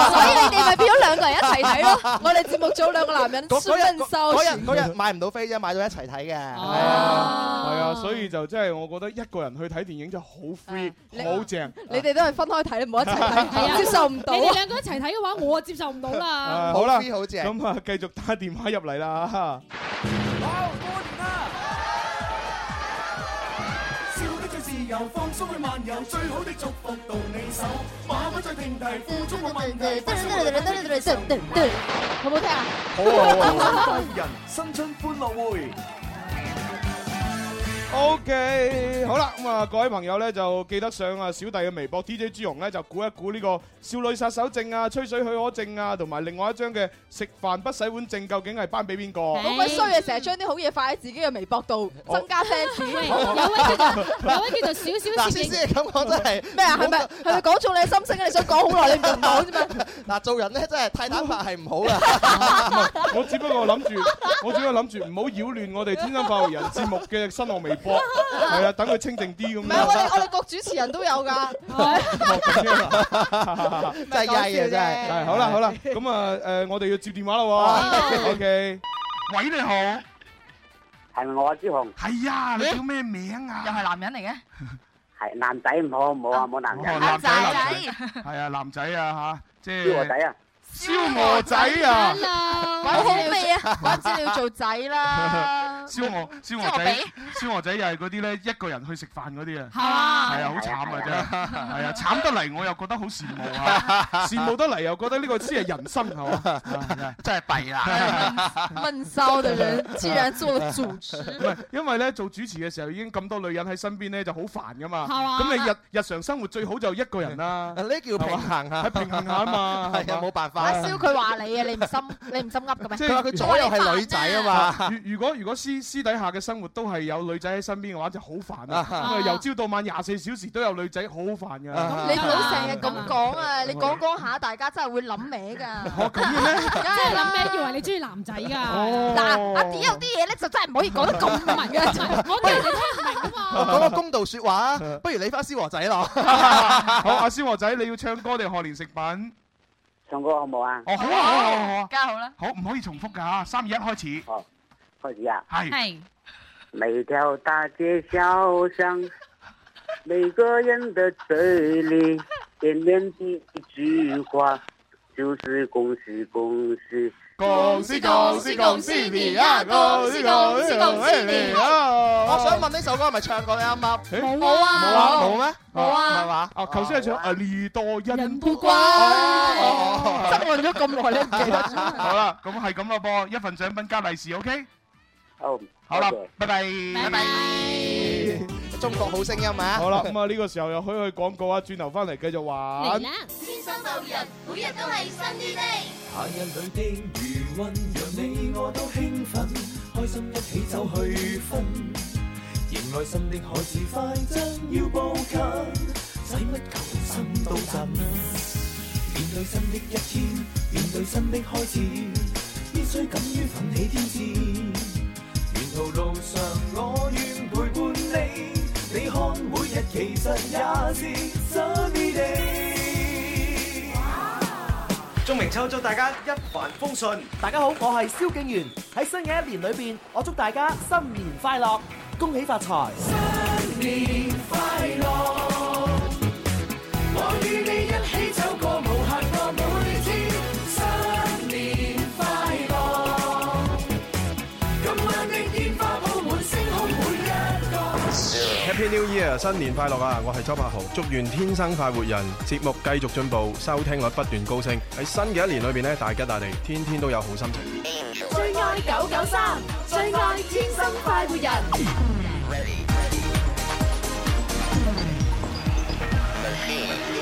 F: 所以你哋咪變咗兩個人一齊睇咯。 我哋節目組兩個男人
H: 嗰嗰
F: 分
H: 日
F: 手
H: 嗰日嗰日買唔到飛啫，買到一齊睇嘅。係
G: Ờ.
E: 係啊，所以就真係我覺得一個人去睇電影就好 free，
F: 你
E: 好正。
F: 你哋都係分開睇，唔好一齊
G: 係啊
F: 睇，接受唔到
G: 你哋
F: 啊！
G: 兩個一齊睇嘅話，我接受唔到啦。
E: 啊好啦，
H: free，好正
E: 咁啊繼續打電話入嚟啦。啊
C: 笑得最自由，放鬆去漫遊，最好的祝福到你手，馬不再停蹄，付出我問題，不需要我問你手
F: 好唔好聽啊？
C: 好啊好啊！人 新春歡樂會。
E: OK，好啦，咁啊各位朋友咧就記得上啊小弟嘅微博 DJ 朱容咧就估一估呢個少女殺手證啊、吹水許可證啊，同埋另外一張嘅食飯不洗碗證究竟係頒俾邊個？
F: 好鬼衰啊！成日將啲好嘢發喺自己嘅微博度，增加 fans。
G: 有位叫做小小
H: 嗱，
G: 攝
H: 先
G: 影
H: 先係咁講真係
F: 咩啊？係咪係咪講中你嘅心聲啊？你想講好耐，你唔同講啫 嘛。
H: 嗱，做人咧真係太坦白係唔好啦。
E: 我只不過諗住， 我只不過諗住唔好擾亂我哋天生發育人節目嘅新浪微博，係啊，等佢清靜啲咁
F: 唔係我哋
E: 樣。
F: 我哋各主持人都有㗎。
H: 真係曳啊！真係。à,
E: 係好啦好啦，咁啊誒，我哋要接電話啦喎。OK，
P: 喂，你好。
Q: 系咪我啊朱紅？
P: 係啊，你叫咩名啊？
M: 又係男人嚟嘅，
Q: 係男仔唔好，唔好啊，冇男人。
P: 男仔男仔，係啊，男仔啊吓，即係。
Q: 燒鵝仔
N: à.
Q: 啊！
P: 燒鵝仔啊！
M: 好好味啊！我知你要做仔 啦，
P: 燒鵝燒鵝仔，燒鵝仔又係嗰啲咧一個人去食飯嗰 啲啊，
M: 係嘛
P: 係啊，好慘啊真 係，係啊，慘得嚟我又覺得好羨慕啊，
E: 羨慕得嚟又覺得呢個先係人生係 嘛，
P: 真係弊啦。
M: 闷骚 的人居然做了主持，
E: 唔係，因為咧做主持嘅時候已經咁多女人喺身邊咧就好煩噶嘛，
M: 係嘛
E: 咁你日日常生活最好就一個人 啦，
H: 呢叫平衡啊，
E: 係平衡下啊嘛，
H: 係啊，冇辦法。
M: 阿
F: Ờ.
M: 蕭佢話你啊，你唔心你唔心噏嘅咩？
E: 即係啊如如果如果私私底下嘅生活都係有女仔喺身邊嘅話，就好煩
M: 啊
E: 啊！由朝到晚廿四小時都有女仔，好煩㗎。
M: 你唔
E: Ờ.
M: 好成日咁講
F: ờ,
M: 啊！你講講下，大家真係會諗歪㗎。
E: 我咁嘅咩？
F: Dạ,
G: 真係諗咩？以為你中意男仔㗎？
M: 嗱，
H: Dạ, à,
M: 阿 D 有啲嘢咧就真係唔可以講得咁明嘅，我
G: 哋你聽唔明啊嘛。
H: 講個公道説話啊，不如你翻燒鵝仔咯。
E: 好，
P: à,
E: 阿蕭和仔，你要唱歌定賀年食品？
Q: 唱歌好唔好啊？
H: Ờ,
P: 哦，好啊，好啊，好啊，
M: 梗係好啦。
P: 好，唔可以重複㗎嚇，三二一開始。
N: Ờ.
Q: 哦，開始
N: dạ.
Q: 啊。
P: 係。
Q: 每条大街小巷，每个人的嘴里点点滴一句话，就是恭喜恭喜。
E: 恭
H: 喜恭喜恭喜你啊！恭喜恭喜恭喜你啊！我想問呢首歌係咪唱過你啱啱？
E: 冇
H: 冇啊
E: 冇啊，
H: 冇咩？
E: 冇
H: 啊
E: 係嘛？啊，頭先係唱啊，利多人不
M: 怪，
E: 執
M: 混咗咁耐你唔記得咗。
P: 好啦，咁係咁啦噃，一份獎品加利是，OK？
Q: 好，
P: 好啦，拜拜，
H: 拜拜。中國好聲音啊！
E: 好啦，咁啊呢個時候又可以去廣告啊，轉頭翻嚟繼續玩。
A: 天生到人，每日都係新天地。
C: 夏日裏的餘溫，讓你我都興奮，開心一起走去分，迎來新的海市快將要步近，使乜求心都震。面對新的一天，面對新的開始，必須敢於奮起挑戰。沿途路上，我願陪伴你，你看每日其實也是新天地。
R: 钟明秋祝大家一帆風順。大家好，我係蕭敬元。喺新嘅一年裏边，我祝大家新年快樂，恭喜發財。
C: 年快樂！我與你一起走過無限個每天，新年快樂！今晚的煙花鋪滿星空每一個。
D: Happy New Year，新年快樂啊！我係周柏豪，祝願天生快活人節目繼續進步，收聽率不斷高升。喺新嘅一年裏邊咧，大吉大利，天天都有好心情。
C: 最愛九九三，最愛天生快活人。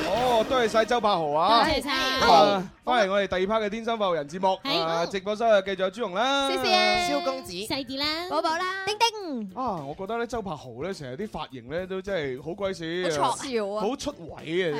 E: 哦，多謝晒周柏豪啊！
C: 多謝晒
E: 咁啊翻嚟我哋第二 part 嘅天生快活人節目，啊直播室啊，繼續有朱紅啦，
H: 蕭公子，
G: 細啲啦，
F: 寶寶
B: Ờ,
F: 啦，丁丁。
E: 啊，我覺得咧周柏豪咧成日啲髮型咧都真係好鬼死，
H: 好出潮啊
E: 好出位啊！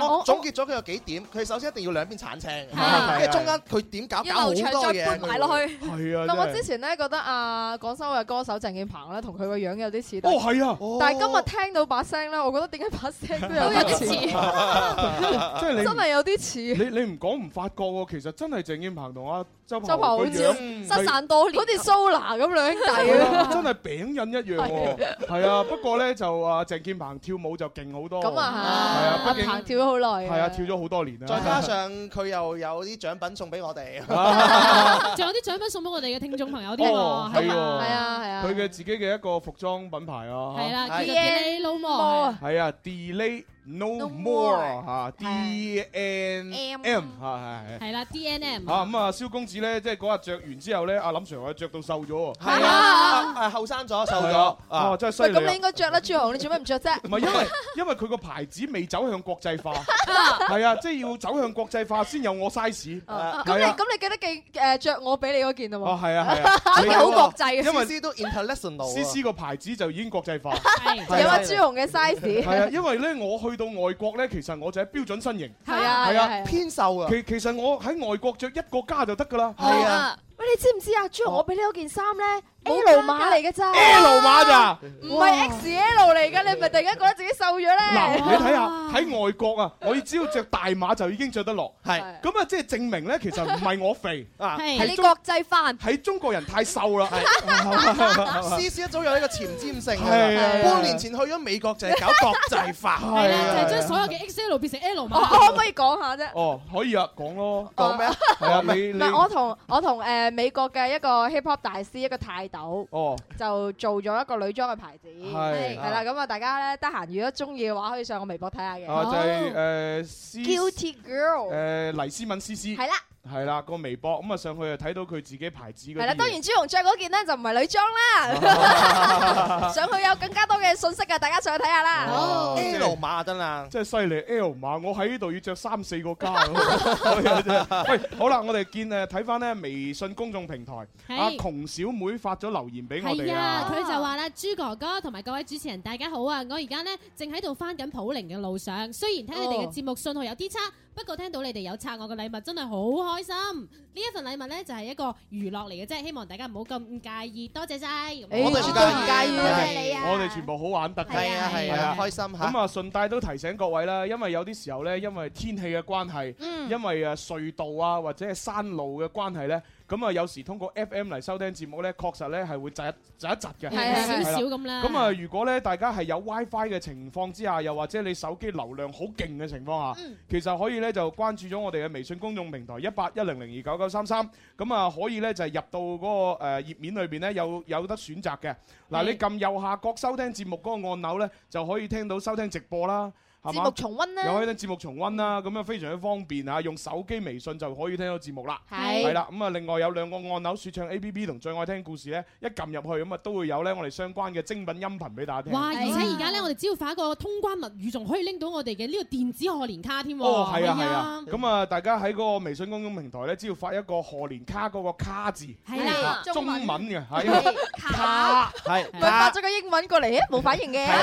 E: 真係
H: 我總結咗佢有幾點，佢首先一定要兩邊剷青，
E: 啊
H: 跟住中間佢點搞搞
F: 要
H: 好
F: 留
H: 多
F: 長
H: 嘢，
F: 再撥埋落去。
E: 係啊
F: 嗱，我
E: 真係
F: 之前咧覺得啊，廣州嘅歌手鄭健鵬咧，同佢個樣有啲似。
E: 哦係啊
F: 但係今日聽到把聲咧，我覺得點解把聲都
E: 都
F: 有啲似？
E: 即係你
F: 真係有啲似。
E: 你你唔講唔發覺喎，其實真係鄭健鵬同阿周柏
F: 周柏豪
E: 豪
F: 好
E: 個
F: 似
E: 樣
H: Ừ.
F: 失散多年，好似蘇娜咁兩兄弟
E: 係啊
F: 啊！
E: 真係餅印一樣喎，係啊，不過咧就啊鄭健鵬跳舞就勁好多喎，
F: 咁
E: 係
F: 啊
E: 啊，
F: 嚇，阿
E: 畢竟
F: 彭跳咗好耐。
E: 係啊，跳咗好多年啦，
H: 再加 上佢又有啲獎品送俾我哋。
E: 啊
G: 仲有啲獎品送俾我哋嘅聽眾朋友啲
E: 哦，
G: 喎，
E: 係喎，
G: 嘛
F: 係啊
E: 佢嘅自己嘅一個服裝品牌啊，
G: 係啦，叫做
E: 係
G: Delay No
F: à.
G: More。
E: 係啊，delay no more 嚇，D N M 嚇係係
G: 係。啦，D N M
E: 啊咁啊，蕭公子咧，即係嗰日着完之後咧，阿林 Sir 話着到瘦咗喎。
H: 係啊，誒後生咗，瘦
E: 係
H: 咗
E: 啊，哇，真係
F: 喂，
E: 犀
F: 咁你應
E: 利啊！
F: 該着啦，朱紅，你做咩唔着啫？
E: 唔係因為因為佢個牌子未走向國際化， 係啊，即係要走向國際化先有我 size。
F: 咁你
E: 係啊
F: 咁你記得記誒著我俾你嗰件啊嘛？
E: 哦係啊係啊
F: 真係好國際啊！
E: 因為
H: C C 都 international 啊
E: C C 個牌子就已經國際化。
F: 有阿朱紅嘅 size。
E: 係啊，因為咧我去到外國咧，其實我就係標準身形。
F: 係
E: 係
F: 啊係啊係
E: 啊
F: 啊，
H: 偏瘦啊
E: 其其實我喺外國着一個加就得㗎啦。
F: 啊
E: 哦
F: 喂，你知唔知啊？朱紅，我俾你嗰件衫咧，冇路馬嚟嘅咋
E: L 碼哎咋？
F: 唔係 XL 嚟嘅，你咪突然間覺得自己瘦咗
E: 嗱，
F: 咧？
E: 你 睇下
F: 哎
E: 喺外國啊，我只要着大碼就已經着得落，係咁啊，即係證明咧，其實唔係我肥啊，
I: 你
E: 係中
I: 國際化
E: 係中國人太瘦啦。
H: 啊思思一早有呢個前瞻性啊，
E: 係啊
H: 半年前去咗美國就係搞國際化，
E: 係啊係啊就係將所
G: 有嘅 XL 變成 L
F: 我可唔可以講下啫？
E: 哦，可以啊，講咯，
H: 講咩啊？
E: 係啊，你
F: 哦唔
E: 你
F: 係我同我同誒美國嘅一個 hip hop 大師一個泰斗，
E: 哦，
F: 就做咗一個女裝嘅牌子，
E: 係
F: 係啦，咁啊大家咧得閒如果中意嘅話，可以上我微博睇下嘅。
E: 啊就係誒思
F: 哦 Guilty Girl，
E: 誒黎思敏思思
F: 係啦。
E: 係啦，個微博咁啊上去就睇到佢自己牌子嗰啲
F: 係啦，
E: 嘢
F: 當然朱紅着嗰件咧就唔係女裝啦， 上去有更加多嘅信息嘅，大家上去睇下啦。
G: Ờ.
E: 哦即係
H: L 碼得啦，
E: 真係犀利 L 碼，我喺呢度要着三四個加 咁。喂，好啦，我哋見誒睇翻咧微信公眾平台，
G: 係
E: 阿啊窮小妹發咗留言俾我
G: 哎係
E: 哋
G: 啊，佢
E: 啊。
G: 就話啦，朱哥哥同埋各位主持人，大家好啊！我而家呢，正喺度翻緊普寧嘅路上，雖然聽你哋嘅節目信號有啲差，不過聽到你哋有拆我嘅禮物，真係好開心。呢一份禮物呢，就係一個娛樂嚟嘅啫，希望大家唔好咁介意，多謝晒。咁
E: 我哋
H: 多謝
E: 你啊！我哋全部好玩得㗎，
H: 係啊係啊開心嚇
E: 咁啊，順帶都提醒各位啦，因為有啲時候咧，因為天氣嘅關係，
H: 嗯
E: 因為誒隧道啊或者係山路嘅關係咧，咁啊有時通過 FM 嚟收聽節目咧，確實咧係會窒一窒一窒嘅，
G: 係啊
E: 係啦
G: 少少咁啦
E: 咁啊，如果咧大家係有 WiFi 嘅情況之下，又或者你手機流量好勁嘅情況下，其實可以咧就關注咗我哋嘅微信公眾平台一八一零零二九九三三，咁啊可以咧就係入到嗰個誒頁面裏邊咧有有得選擇嘅。嗱，
F: 嗯
E: 你撳右下角收聽節目嗰個按鈕咧，就可以聽到收聽直播啦。係嘛
F: 節目重溫啦
E: 又可以聽節目重溫啦，咁啊非常之方便啊！用手機微信就可以聽到節目啦。
F: 係
E: 係啦，咁啊另外有兩個按鈕，説唱 A P P 同最愛聽故事咧，一撳入去咁啊都會有咧我哋相關嘅精品音頻俾大家聽。
G: 哇！而且而家呢，我哋只要發一個通關物語，仲可以拎到我哋嘅呢個電子賀年卡添喎。
E: 哦，係啊，係啊，咁啊，大家喺嗰個微信公眾平台咧，只要發一個賀年卡嗰個卡字，
G: 係啦
E: 啊中
G: 中
E: 文
G: 文
E: 嘅，
F: 係
G: 啊
E: 係
F: 卡，
E: 係
F: 咪
H: Dạ.
F: 發咗個英文過嚟啊，冇反應嘅。
H: 啊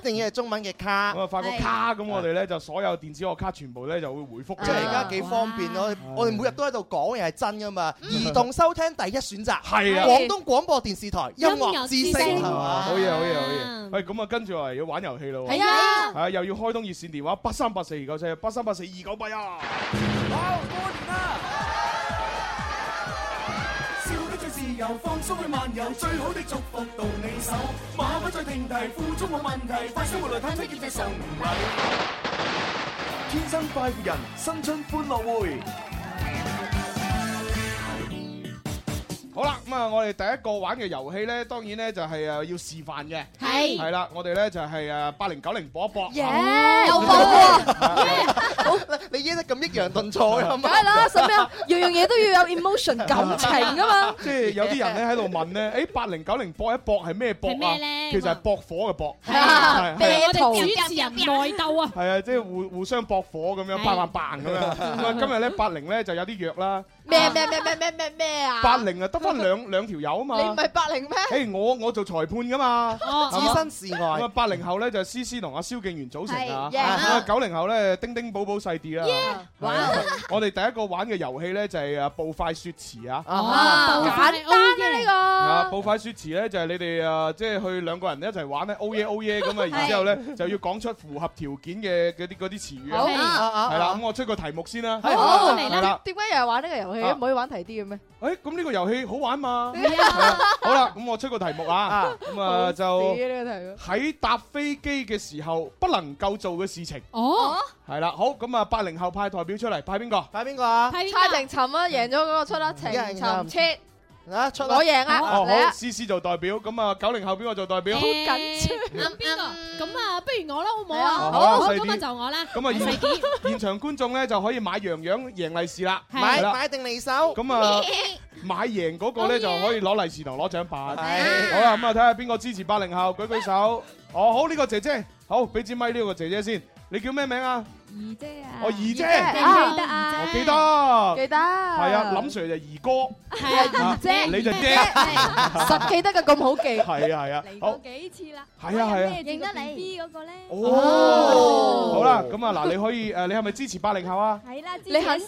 H: 一定要係中文嘅卡。
E: 咁啊，發個卡咁，我哋咧就所有電子學卡全部咧就會回覆。
H: 即係而家幾方便咯！我哋每日都喺度講嘢係真噶嘛，移動收聽第一選擇，
E: 係啊
H: 廣東廣播電視台音樂之聲係啊
E: 哇
H: 嘛
E: 好嘢，好嘢，好嘢！喂，咁啊，跟住嚟要玩遊戲咯喎。
H: 係啊
E: 係啊，又要開通熱線電話八三八四二九七八三八四二九八一。
C: 笑得最自由，放鬆去漫遊，最好的祝福到你手。馬不再停蹄，付出冇問題，快生活來探出業績上唔禮。天生快活人，新春歡樂會。
E: 好啦，咁啊，我哋第一個玩嘅遊戲咧，當然咧就係誒要示範嘅，
C: 係
E: 係啦，我哋咧就係誒八零九零搏一搏，
F: 耶有搏
H: 好，你依家咁抑揚頓挫啊嘛
F: 梗係啦，使咩啊？樣樣嘢都要有 emotion 感情噶嘛。
E: 即係有啲人咧喺度問咧，誒八零九零搏一搏係咩搏
F: 係
E: 啊
F: 咩？咧
E: 其實係搏火嘅搏，
F: 係啊
E: 係
G: 我哋主持人內鬥啊！
E: 係啊，即係互互相搏火咁樣，
G: 係
E: 砰砰砰咁樣。咁啊， 今日咧八零咧就有啲弱啦，
F: 咩咩咩咩咩咩咩啊！
E: 八零啊得翻兩兩條友啊嘛。
F: 你唔係八零咩？
E: 誒，我我做裁判噶嘛，
G: Ờ,
F: 哦
E: 係嘛
F: 置身
H: 事外
E: 咁啊，八零後咧就係思思同阿蕭敬元組成啊，
F: 係
E: 咁
F: yeah
E: 啊九零後咧丁丁寶寶細啲啦。
F: 哇！
E: 我哋第一個玩嘅遊戲咧就係啊步快雪詞啊。
H: Ờ.
F: 啊，簡單啊
E: 啊！
F: 呢個。
E: 步快雪詞咧就係你哋啊，即係去兩個人一齊玩咧，oh yeah oh yeah 咁啊，然之後咧就要講出符合條件嘅嗰啲嗰啲詞語
F: 好啊啊
E: 啊，
F: 啊
E: 係啦，咁我出個題目先啦，
F: 好
E: 係啦。
F: 點解又係玩呢個遊戲？
E: 啊
F: 唔可以玩提啲嘅咩？
E: 誒，咁呢個遊戲好玩嘛？
F: 係啊
E: 係啊好啦，咁我出個題目 啊，咁啊就
F: 呢個題目。
E: 喺搭飛機嘅時候不能夠做嘅事情。
G: 哦，
E: 係啦，好，咁啊八零後派代表出嚟，派邊個？
H: 派邊個啊？
F: 猜情尋啊，贏咗嗰個出啦，情
H: 贏啊
F: 尋切。
H: 啊，出
F: 我贏啊
E: 哦，
F: 嚟
E: 好
F: 啊，
E: 思思做代表，咁啊九零後邊個做代表？
G: 咁邊個？咁啊，不如我啦，好唔好
E: 啊
G: 啊？
E: 好啊
G: 好，
E: 細啲
G: 咁啊就我啦。
E: 咁啊，
G: 細
E: 現
G: 啲。
E: 現場觀眾咧就可以買羊羊贏利是啦，
H: 買
E: 係啦
H: 買定離手。
E: 咁 啊，買贏嗰個咧就可以攞利是同攞獎品。好
H: 係
E: 啦，咁啊睇下邊個支持八零後，舉舉手。哦，好呢個姐姐，好俾支咪呢個姐姐先。你叫咩名啊？
J: 二姐啊，
E: 我二姐，
G: ờ,
J: 記唔記得啊？
E: 我記得，
F: 記得。
E: 係
F: 係
E: 啊，林 Sir 就二 哥，
G: Ờ.
F: 係啊，二姐，
E: 你就姐，
F: 十記得嘅咁 好記。
E: 係啊係啊，好
J: 幾次啦？
E: 係啊係啊。
J: 認得你 B 嗰個咧？
E: 哦，好啦，啦，咁啊嗱，你可以誒，你係咪支持八零後啊？
F: 你肯定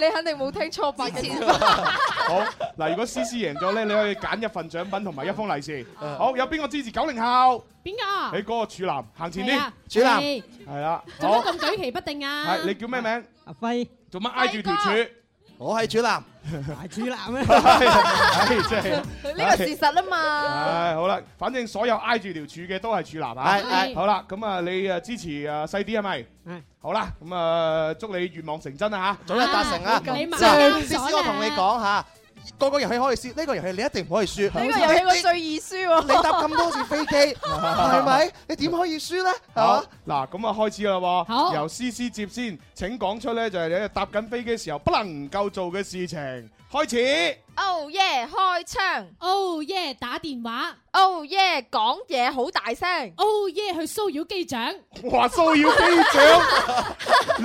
F: 你肯定冇聽錯八個字。
E: 好，嗱，如果思思贏咗咧，你可以揀一份獎品同埋一封利是。好，有邊個支持九零後？
G: 邊個？
E: 你嗰個處男行前
G: 係
E: 啲
G: 啊，處男係
E: 係啦，
G: 做乜
E: 好，
G: 咁舉棋不定啊？
E: 係你叫咩名？
S: 阿輝，
E: 做乜挨住條
G: 輝
E: 柱？我係處男，係
S: 處男咩？
E: 係真係
F: 呢個事實啊嘛。
E: 唉，好啦，反正所有挨住條柱嘅都係處男啊。
F: 係係
E: 好啦，咁啊，你啊支持啊細啲係咪？
S: 係。
E: 好啦，咁啊，祝你願望成真啊嚇！
H: 早日達成啊！
E: 你
H: 即思思，我同你講嚇，個個遊戲可以輸，呢個遊戲你一定唔可以輸。
F: 呢個遊戲我最易輸喎。
H: 你搭咁多次飛 機，係咪？你點可以輸咧？係嘛
E: 好？嗱，咁啊開始啦喎，由 C C 接先，請講出咧就係你搭緊飛機嘅時候不能夠做嘅事情，開 始。
I: Oh yeah，開槍。
G: Oh yeah，打電話。
I: Oh yeah，講嘢好大聲。
G: Oh yeah，去騷擾機長。
E: 哇！騷擾機 長，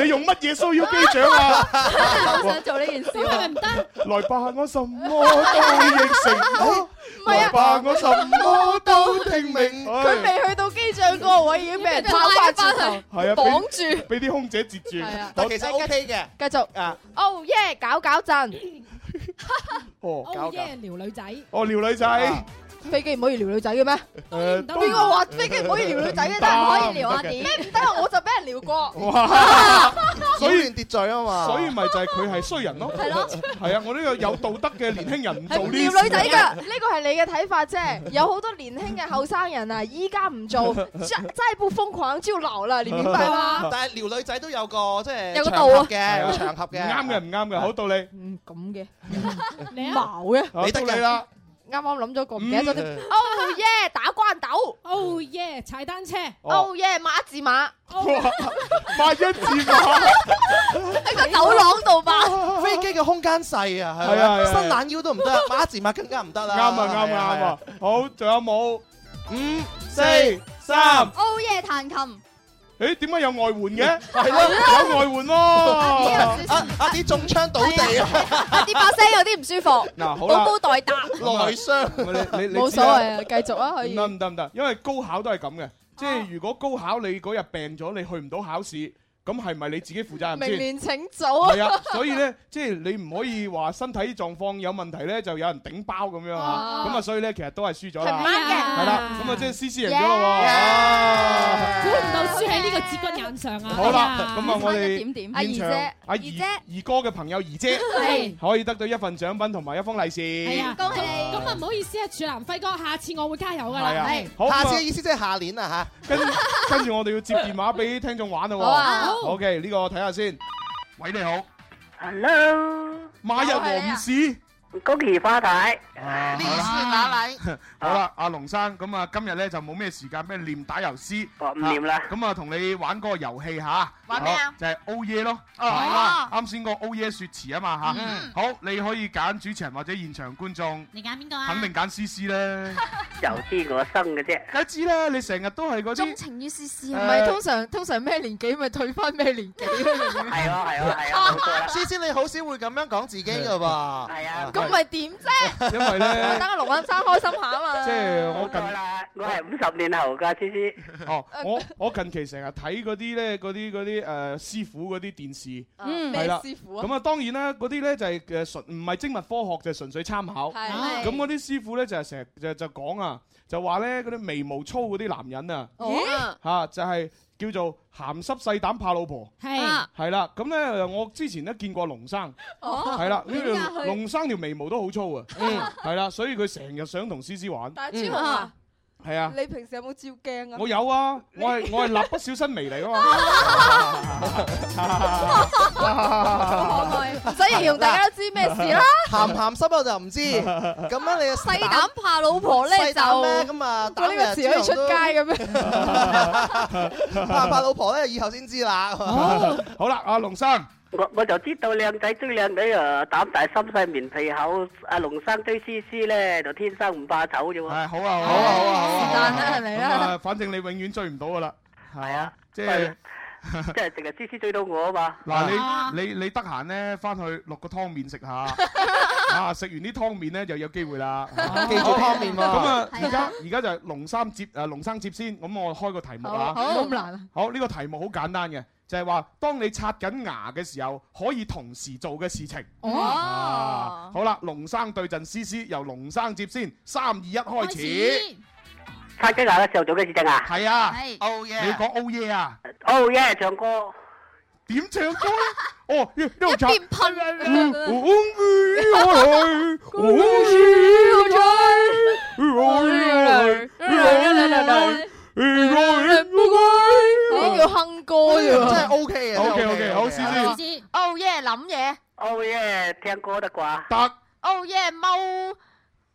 E: 你用乜嘢騷擾機長啊？
F: 好想做呢件事。
G: 咪唔得？
E: 來吧，我什麼都應
F: 哦
E: 承。來哎吧，我什麼都聽命。
F: 啊佢未去到機長嗰個位已經俾人拋翻轉頭，
E: 係啊，俾
F: 綁住。
E: 俾啲空姐截住。
F: 係啊
H: 但其實 OK 嘅。
F: 繼續。
H: 啊
F: Oh yeah，搞搞震。
E: 哦，
G: Oh yeah，撩女仔。
E: 哦，撩女仔。呃
F: 飛機唔可以撩女仔嘅咩？
E: 誒，
F: 邊個話飛啊機唔可以撩女仔嘅？真係唔可以撩啊！點咩唔得啊？我就俾人撩過。
E: 哇！所以
H: 擾亂秩序啊嘛
E: 所以咪就係佢係衰人咯。
F: 係咯
E: 係啊，我呢個有道德嘅年輕人唔
F: 係
E: 做
F: 唔
E: 呢
F: 撩
E: 啲
F: 女仔
E: 事
F: 㗎，呢個係你嘅睇法啫。有好多年輕嘅後生人啊，依家唔做， 真真係不瘋狂就老啦，你明白 嗎？
H: 但係撩女仔都有個即係
F: 有個
H: 場
F: 度啊
H: 合嘅，有個場合嘅。
E: 唔啱嘅，唔啱嘅，好到你。
F: 嗯咁嘅，
G: 你
F: 矛嗯嘅，
H: Ờ,
E: 你得你啦。
F: 啱啱諗咗個唔記得咗啲
E: 嗯。
F: Oh yeah，打關鬥。
G: Oh yeah，踩單車。
E: Ờ.
F: Oh yeah，馬字馬。
E: 哇！八一字馬。
F: 喺個走廊度吧。
H: 飛機嘅空間細啊，係
E: 係啊係
H: 咪？
E: 啊
H: 伸懶腰都唔得， 馬字馬更加唔得啦。
E: 啱啊啱啊啱啊！好，仲有冇？五、四、三。
J: Oh yeah，彈琴。
E: 誒，點解有外援嘅？係
J: 咯
E: 有外援
F: 哦 Dạ.
E: 喎。
H: 阿阿啲中槍倒 地啊！
F: 啲把聲有啲唔舒服，
E: 嗱，好啦
F: 高，高待答。
H: 內傷。
E: 你你你
F: 冇
E: 知
F: 所
E: 啦
F: 謂啊，繼續啊，可
E: 唔
F: 以。
E: 得唔得唔得，因為高考都係咁嘅，即係如果高考你嗰日病咗，你去唔到考試，咁係咪你自己負責任
F: 明
E: 先？
F: 年請早
E: 係啊，所以咧，即係你唔可以話身體狀況有問題咧，就有人頂包咁樣啊。
F: 哦
E: 咁啊，所以咧，其實都係輸咗啦。
F: 係唔
G: Dạ.
F: 啱嘅
E: 係啦，咁啊，即係 C C 贏咗 咯
H: Dạ.
G: 估唔到輸喺呢個節骨眼上啊！
E: 喎。好
G: 哎
E: 啦，
G: 呀
E: 咁啊，我哋
G: 點點
E: 現場阿
G: 姨
E: 怡怡哥嘅朋友怡姐
G: 係
E: 可以得到一份獎品同埋一封利是。
G: 係啊，
J: 恭喜你
G: 咁啊，唔好意思啊，處男輝哥，下次我會加油噶
E: 係
G: 啦
E: 啊。
G: 係
E: 好
H: 下次
E: 咁
H: 嘅
E: 啊
H: 意思即係下年啊
E: 跟跟住我哋要接電話俾聽眾玩咯喎。
H: 好啊好
E: OK，呢個睇下先。喂，你好。
N: Hello，
E: 馬日王五市。
N: 恭喜發財。
E: 啊好啦
H: 哪 嚟？
E: 好啦，阿龍生，咁啊今日咧就冇咩時間咩念打油詩，
N: 唔念啦
E: 啊。咁啊同你玩嗰個遊戲吓，
H: 玩咩啊
E: 好就係 O 耶咯，
H: 哦
E: 啊啱先個 O 耶說詞啊嘛吓
N: 嗯。
E: 好，你可以揀主持人或者現場觀眾，
G: 你揀邊個
E: 肯定揀 C C 啦。
N: 由知我生嘅啫。
E: 梗知啦，你成日都係嗰
M: 鍾
E: 啲。
M: 情於絲絲
F: 唔係通常通常咩年紀咪退翻咩年紀
N: 係啊係啊係啊，冇錯
H: 嚇！
N: 啦。
H: 思思你好少會咁樣講自己㗎噃。係
N: 啊
F: 咁咪點啫？
E: 因為
F: 等
E: 咧，
F: 阿龍雁生開心下啊嘛。
E: 即係我
F: 呃
N: 冇錯
E: 近
N: 啦，我係五十年後噶，思思。
E: 哦，我我近期成日睇嗰啲咧，嗰啲嗰啲誒師傅嗰啲電視，
N: 嗯
E: 係啦
N: 咩師傅啊
E: 咁啊當然啦，嗰啲咧就係誒純唔係精密科學，就係純粹參考。
N: 係
E: 咁嗰啲師傅咧就係成日就就講啊，就話咧嗰啲眉毛粗嗰啲男人啊，
F: 咦
E: 嚇就係叫做鹹濕細膽怕老婆。
G: 係
E: 係啦，咁咧我之前咧見過龍生，
F: 哦
E: 係啦，呢
F: 點解
E: 條
F: 佢
E: 龍生條眉毛都好粗啊，
F: 嗯
E: 係啦，所以佢成日想同思思玩。
F: 但係朱紅啊，
E: 嗯係啊。
F: 你平時有冇照鏡啊？
E: 我有啊，我係我係蠟筆小新眉嚟 噶嘛。
F: 唔使形容，大家都知咩事 啦。
H: 鹹唔鹹濕我就唔知，咁 樣你
F: 細膽怕老婆咧
H: 細
F: 就
H: 膽咩咁啊？
F: 我呢個詞可以出街嘅咩？
H: 怕怕老婆咧，以後先知 啦。
E: 好啦，阿龍生，
N: 我我就知道靚仔追靚女啊，膽大心細面皮厚。阿龍生追思思咧，就天生唔怕醜啫喎。
E: 係好啊，好啊，好啊，好啊。
F: 但啦，係咪
E: 咁
F: 啦？
E: 啊，反正你永遠追唔到噶啦。係啊，即係
N: 係即係淨係思思追到我啊嘛。
E: 嗱，你你你得閒咧，翻去落個湯麵食 下。啊！食完啲湯麵咧，就有機會啦。
H: 記住湯麵喎
E: 咁啊，
H: 係啊
E: 而家而家就啊係龍三接誒龍生接先。咁我開個題目
F: 好
E: 啊。
F: 好咁難啊！
E: 好，呢個題目好簡單嘅，就係話，當你刷緊牙嘅時候，可以同時做嘅事情。
C: 哦
E: 啊好啦，龍生對陣思思，由龍生接先，三二一開始。
N: 刷緊牙嘅時候做嘅事情啊？
E: 係啊
N: 係
E: Oh yeah 你講 Oh yeah 啊
N: à? ？Oh yeah，唱歌。
E: 點唱歌 咧？哦，一路 刷。
F: 呢叫哼歌啫喎，
N: 真係 OK 啊
E: OK，OK，好，思思。
M: Oh yeah，諗嘢。
N: Oh yeah，聽歌得啩？
E: 得。
M: Oh yeah，踎。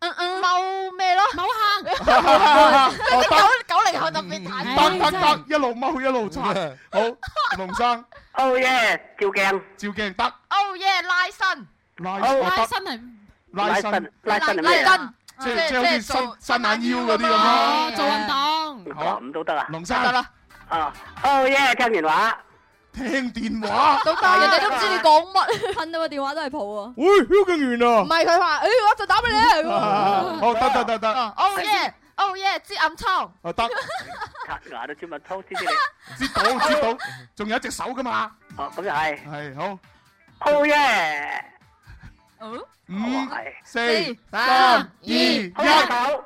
M: 嗯嗯，踎咩咯？踎
E: 哦
M: 坑。
E: 得
M: 九九零後特別睇。
E: 得得得，一路踎一路刷。好，龍生。
N: Oh yeah，照鏡。
E: 照鏡得。
M: Oh yeah，拉伸。
E: 拉
M: 拉伸係
E: 拉伸，
M: 拉伸。
E: 即係即係好似伸伸懶腰嗰啲咁
M: 哦
E: 咯。
M: 做運動。
E: 好，
N: 咁都得啊。
E: 龍生
M: 得啦。
N: 啊，Oh yeah，聽電話。
E: 聽 電話
M: Ờ,
F: 都得，人哋都唔知你講乜，
J: 噴到個電話都係抱啊！
E: 喂，蕭敬元啊
F: 唔！係佢話，誒我就打俾你啊咁
E: 啊 好，得得得得，
M: Oh yeah，Oh yeah，接暗瘡。
E: 啊得，
N: 刷牙都專門偷先你。
E: 知道知道，仲有一隻手噶嘛？
N: 哦，咁又係。
E: 係好。
N: Oh yeah！
E: 五、
N: 四
E: 四、
N: 三
E: 三、
N: 二
E: 二、
N: 一
E: 一，
N: 啊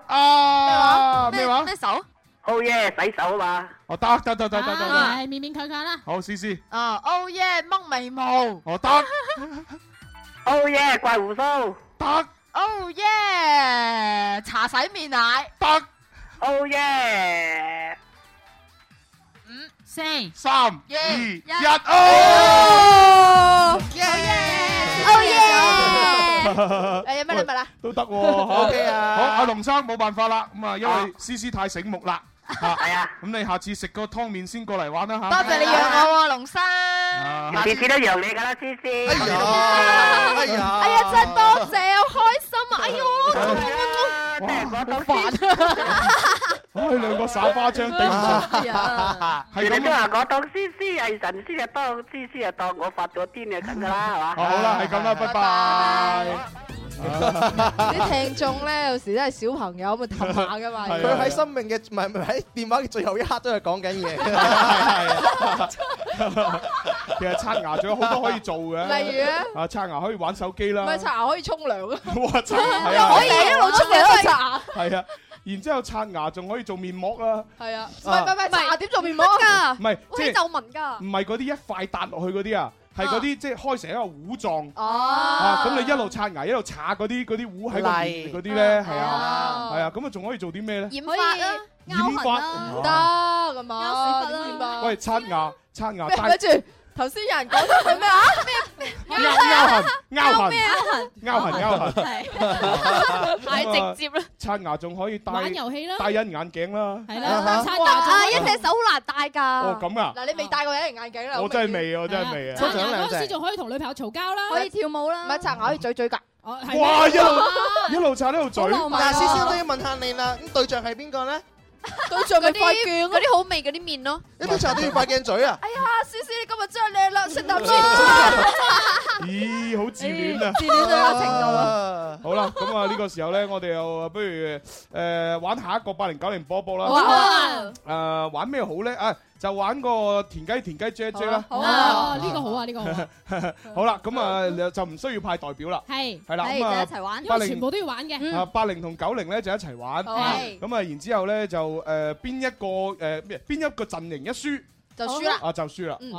E: 啊
N: 咩
E: 咩
N: 話
E: 話？
M: 咩手
N: ？Oh yeah，洗手啊嘛。
E: 哦得得得得得得
M: 啊
E: 得，
M: 係勉勉強強啦。
E: 好思思，
M: 啊，Oh yeah，掹眉毛。
E: 我得
N: Oh yeah，刮胡鬚。
E: 得。
M: Oh yeah，搽洗面奶。
E: 得。
N: Oh yeah，
M: 五四
E: 三二
M: 一
E: 一 哦。
F: Oh yeah！誒有咩禮物啊？
E: 都得 喎
F: OK
E: 好，阿龍生冇辦法啦，咁啊啊，因為思思太醒目 啦，嚇，係
N: 啊，
E: 咁你下次食個湯面先過嚟玩啦啊嚇。
M: 多謝你讓我喎，龍生。
E: 啊
N: 次次都讓你㗎啦，思思。哎
H: Ờ.
M: 呀
E: 哎呀
F: 哎呀，真係多謝，好開心啊！哎呦，
E: 唉，兩個耍花槍頂唔順，係
N: 你
E: 咁
N: 都
E: 啦
N: 話我當思思係神仙，就當思思就當我發咗癲就咁㗎啦，係
E: 好
N: 嘛？
E: 啦，係咁啦，拜拜。
F: 啲聽眾咧有時都係小朋友咁啊氹下噶嘛。
H: 佢喺生命嘅唔係唔係喺電話嘅最後一刻都係講緊嘢。
E: 其實刷牙仲有好多可以做嘅，
F: 例如啊
E: 啊刷牙可以玩手機啦，
F: 唔係刷牙可以沖涼啊，
E: 哇 刷牙係啊
F: 又可以一路沖涼一路刷牙。
E: 係啊，然之後刷牙仲可以做面膜啦，
F: 係啊，唔係唔係唔係，
J: 係
F: 搽點做面膜
J: 㗎
E: 唔係
J: 我
E: 即
J: 起
E: 係
J: 皺紋
F: 啊 Ờ.
J: 㗎。
E: 唔係嗰啲一塊笪落去嗰啲啊，係嗰啲即係開成一個糊狀。
F: 哦，
E: 啊，咁你一路刷牙一路搽嗰啲嗰啲糊喺個面
F: 泥哦
E: 嗰啲咧，係啊，係啊，咁啊仲可以做啲咩咧？
F: 染髮啦，
E: 染髮
H: Ờ.
F: 唔得咁啊，染髮。
E: 喂，刷牙刷牙
F: 咩？咪
E: 戴
F: 住，頭先有人講咗佢咩啊？咩
E: 勾勾痕勾痕勾痕勾痕，
J: 太直接啦！
E: 刷牙仲可以戴
J: 玩遊戲啦
E: 戴隱形眼鏡啦，
J: 係
E: 啊
J: 啦，
B: 哎
J: 啊，一隻手好難戴㗎。
E: 哦咁啊，
F: 嗱，你未戴過隱形眼鏡啦，
E: 我真係未啊，我真係未啊，
G: 刷牙嗰陣時仲可以同女朋友嘈交啦，哦
F: 可以跳舞啦，唔係刷牙可以嘴嘴㗎。
G: 係
E: 哇一路
G: 哇
E: 一路刷一路嘴，
H: 嗱，思思都要問下你啦，咁對象係邊個咧？
F: 對象咪
I: 嗰啲
F: 塊鏡
I: 嗰啲好味嗰啲面咯。
H: 你對象都要塊鏡嘴啊！
F: 哎呀，思思你今日真係靚啦，食啖先。
E: 咦，好自
G: 哎
E: 戀啊，
F: 自戀到有程度
E: 啊！好啦，咁啊呢個時候咧，我哋又不如誒玩下一個八零九零波波啦。
C: 好啊好啊
E: 誒玩咩好咧？啊，就玩個田雞田雞 J J 啦。
G: 好
F: Ờ.
G: 啊，呢個好啊，呢個好啊，
E: 好啦，咁啊就唔需要派代表啦。
G: 係
E: 係啦，
G: 係
E: 咁啊
G: 就一齊玩因
E: 八
G: 為
E: 零
G: 全部都要玩嘅
E: 啊，八零同九零咧就一齊玩。
G: 好
E: 係咁啊，然之後咧就誒邊一個誒咩邊一個陣營一輸
F: 就輸啦
E: 啊就輸
F: Ừ.
E: 啦。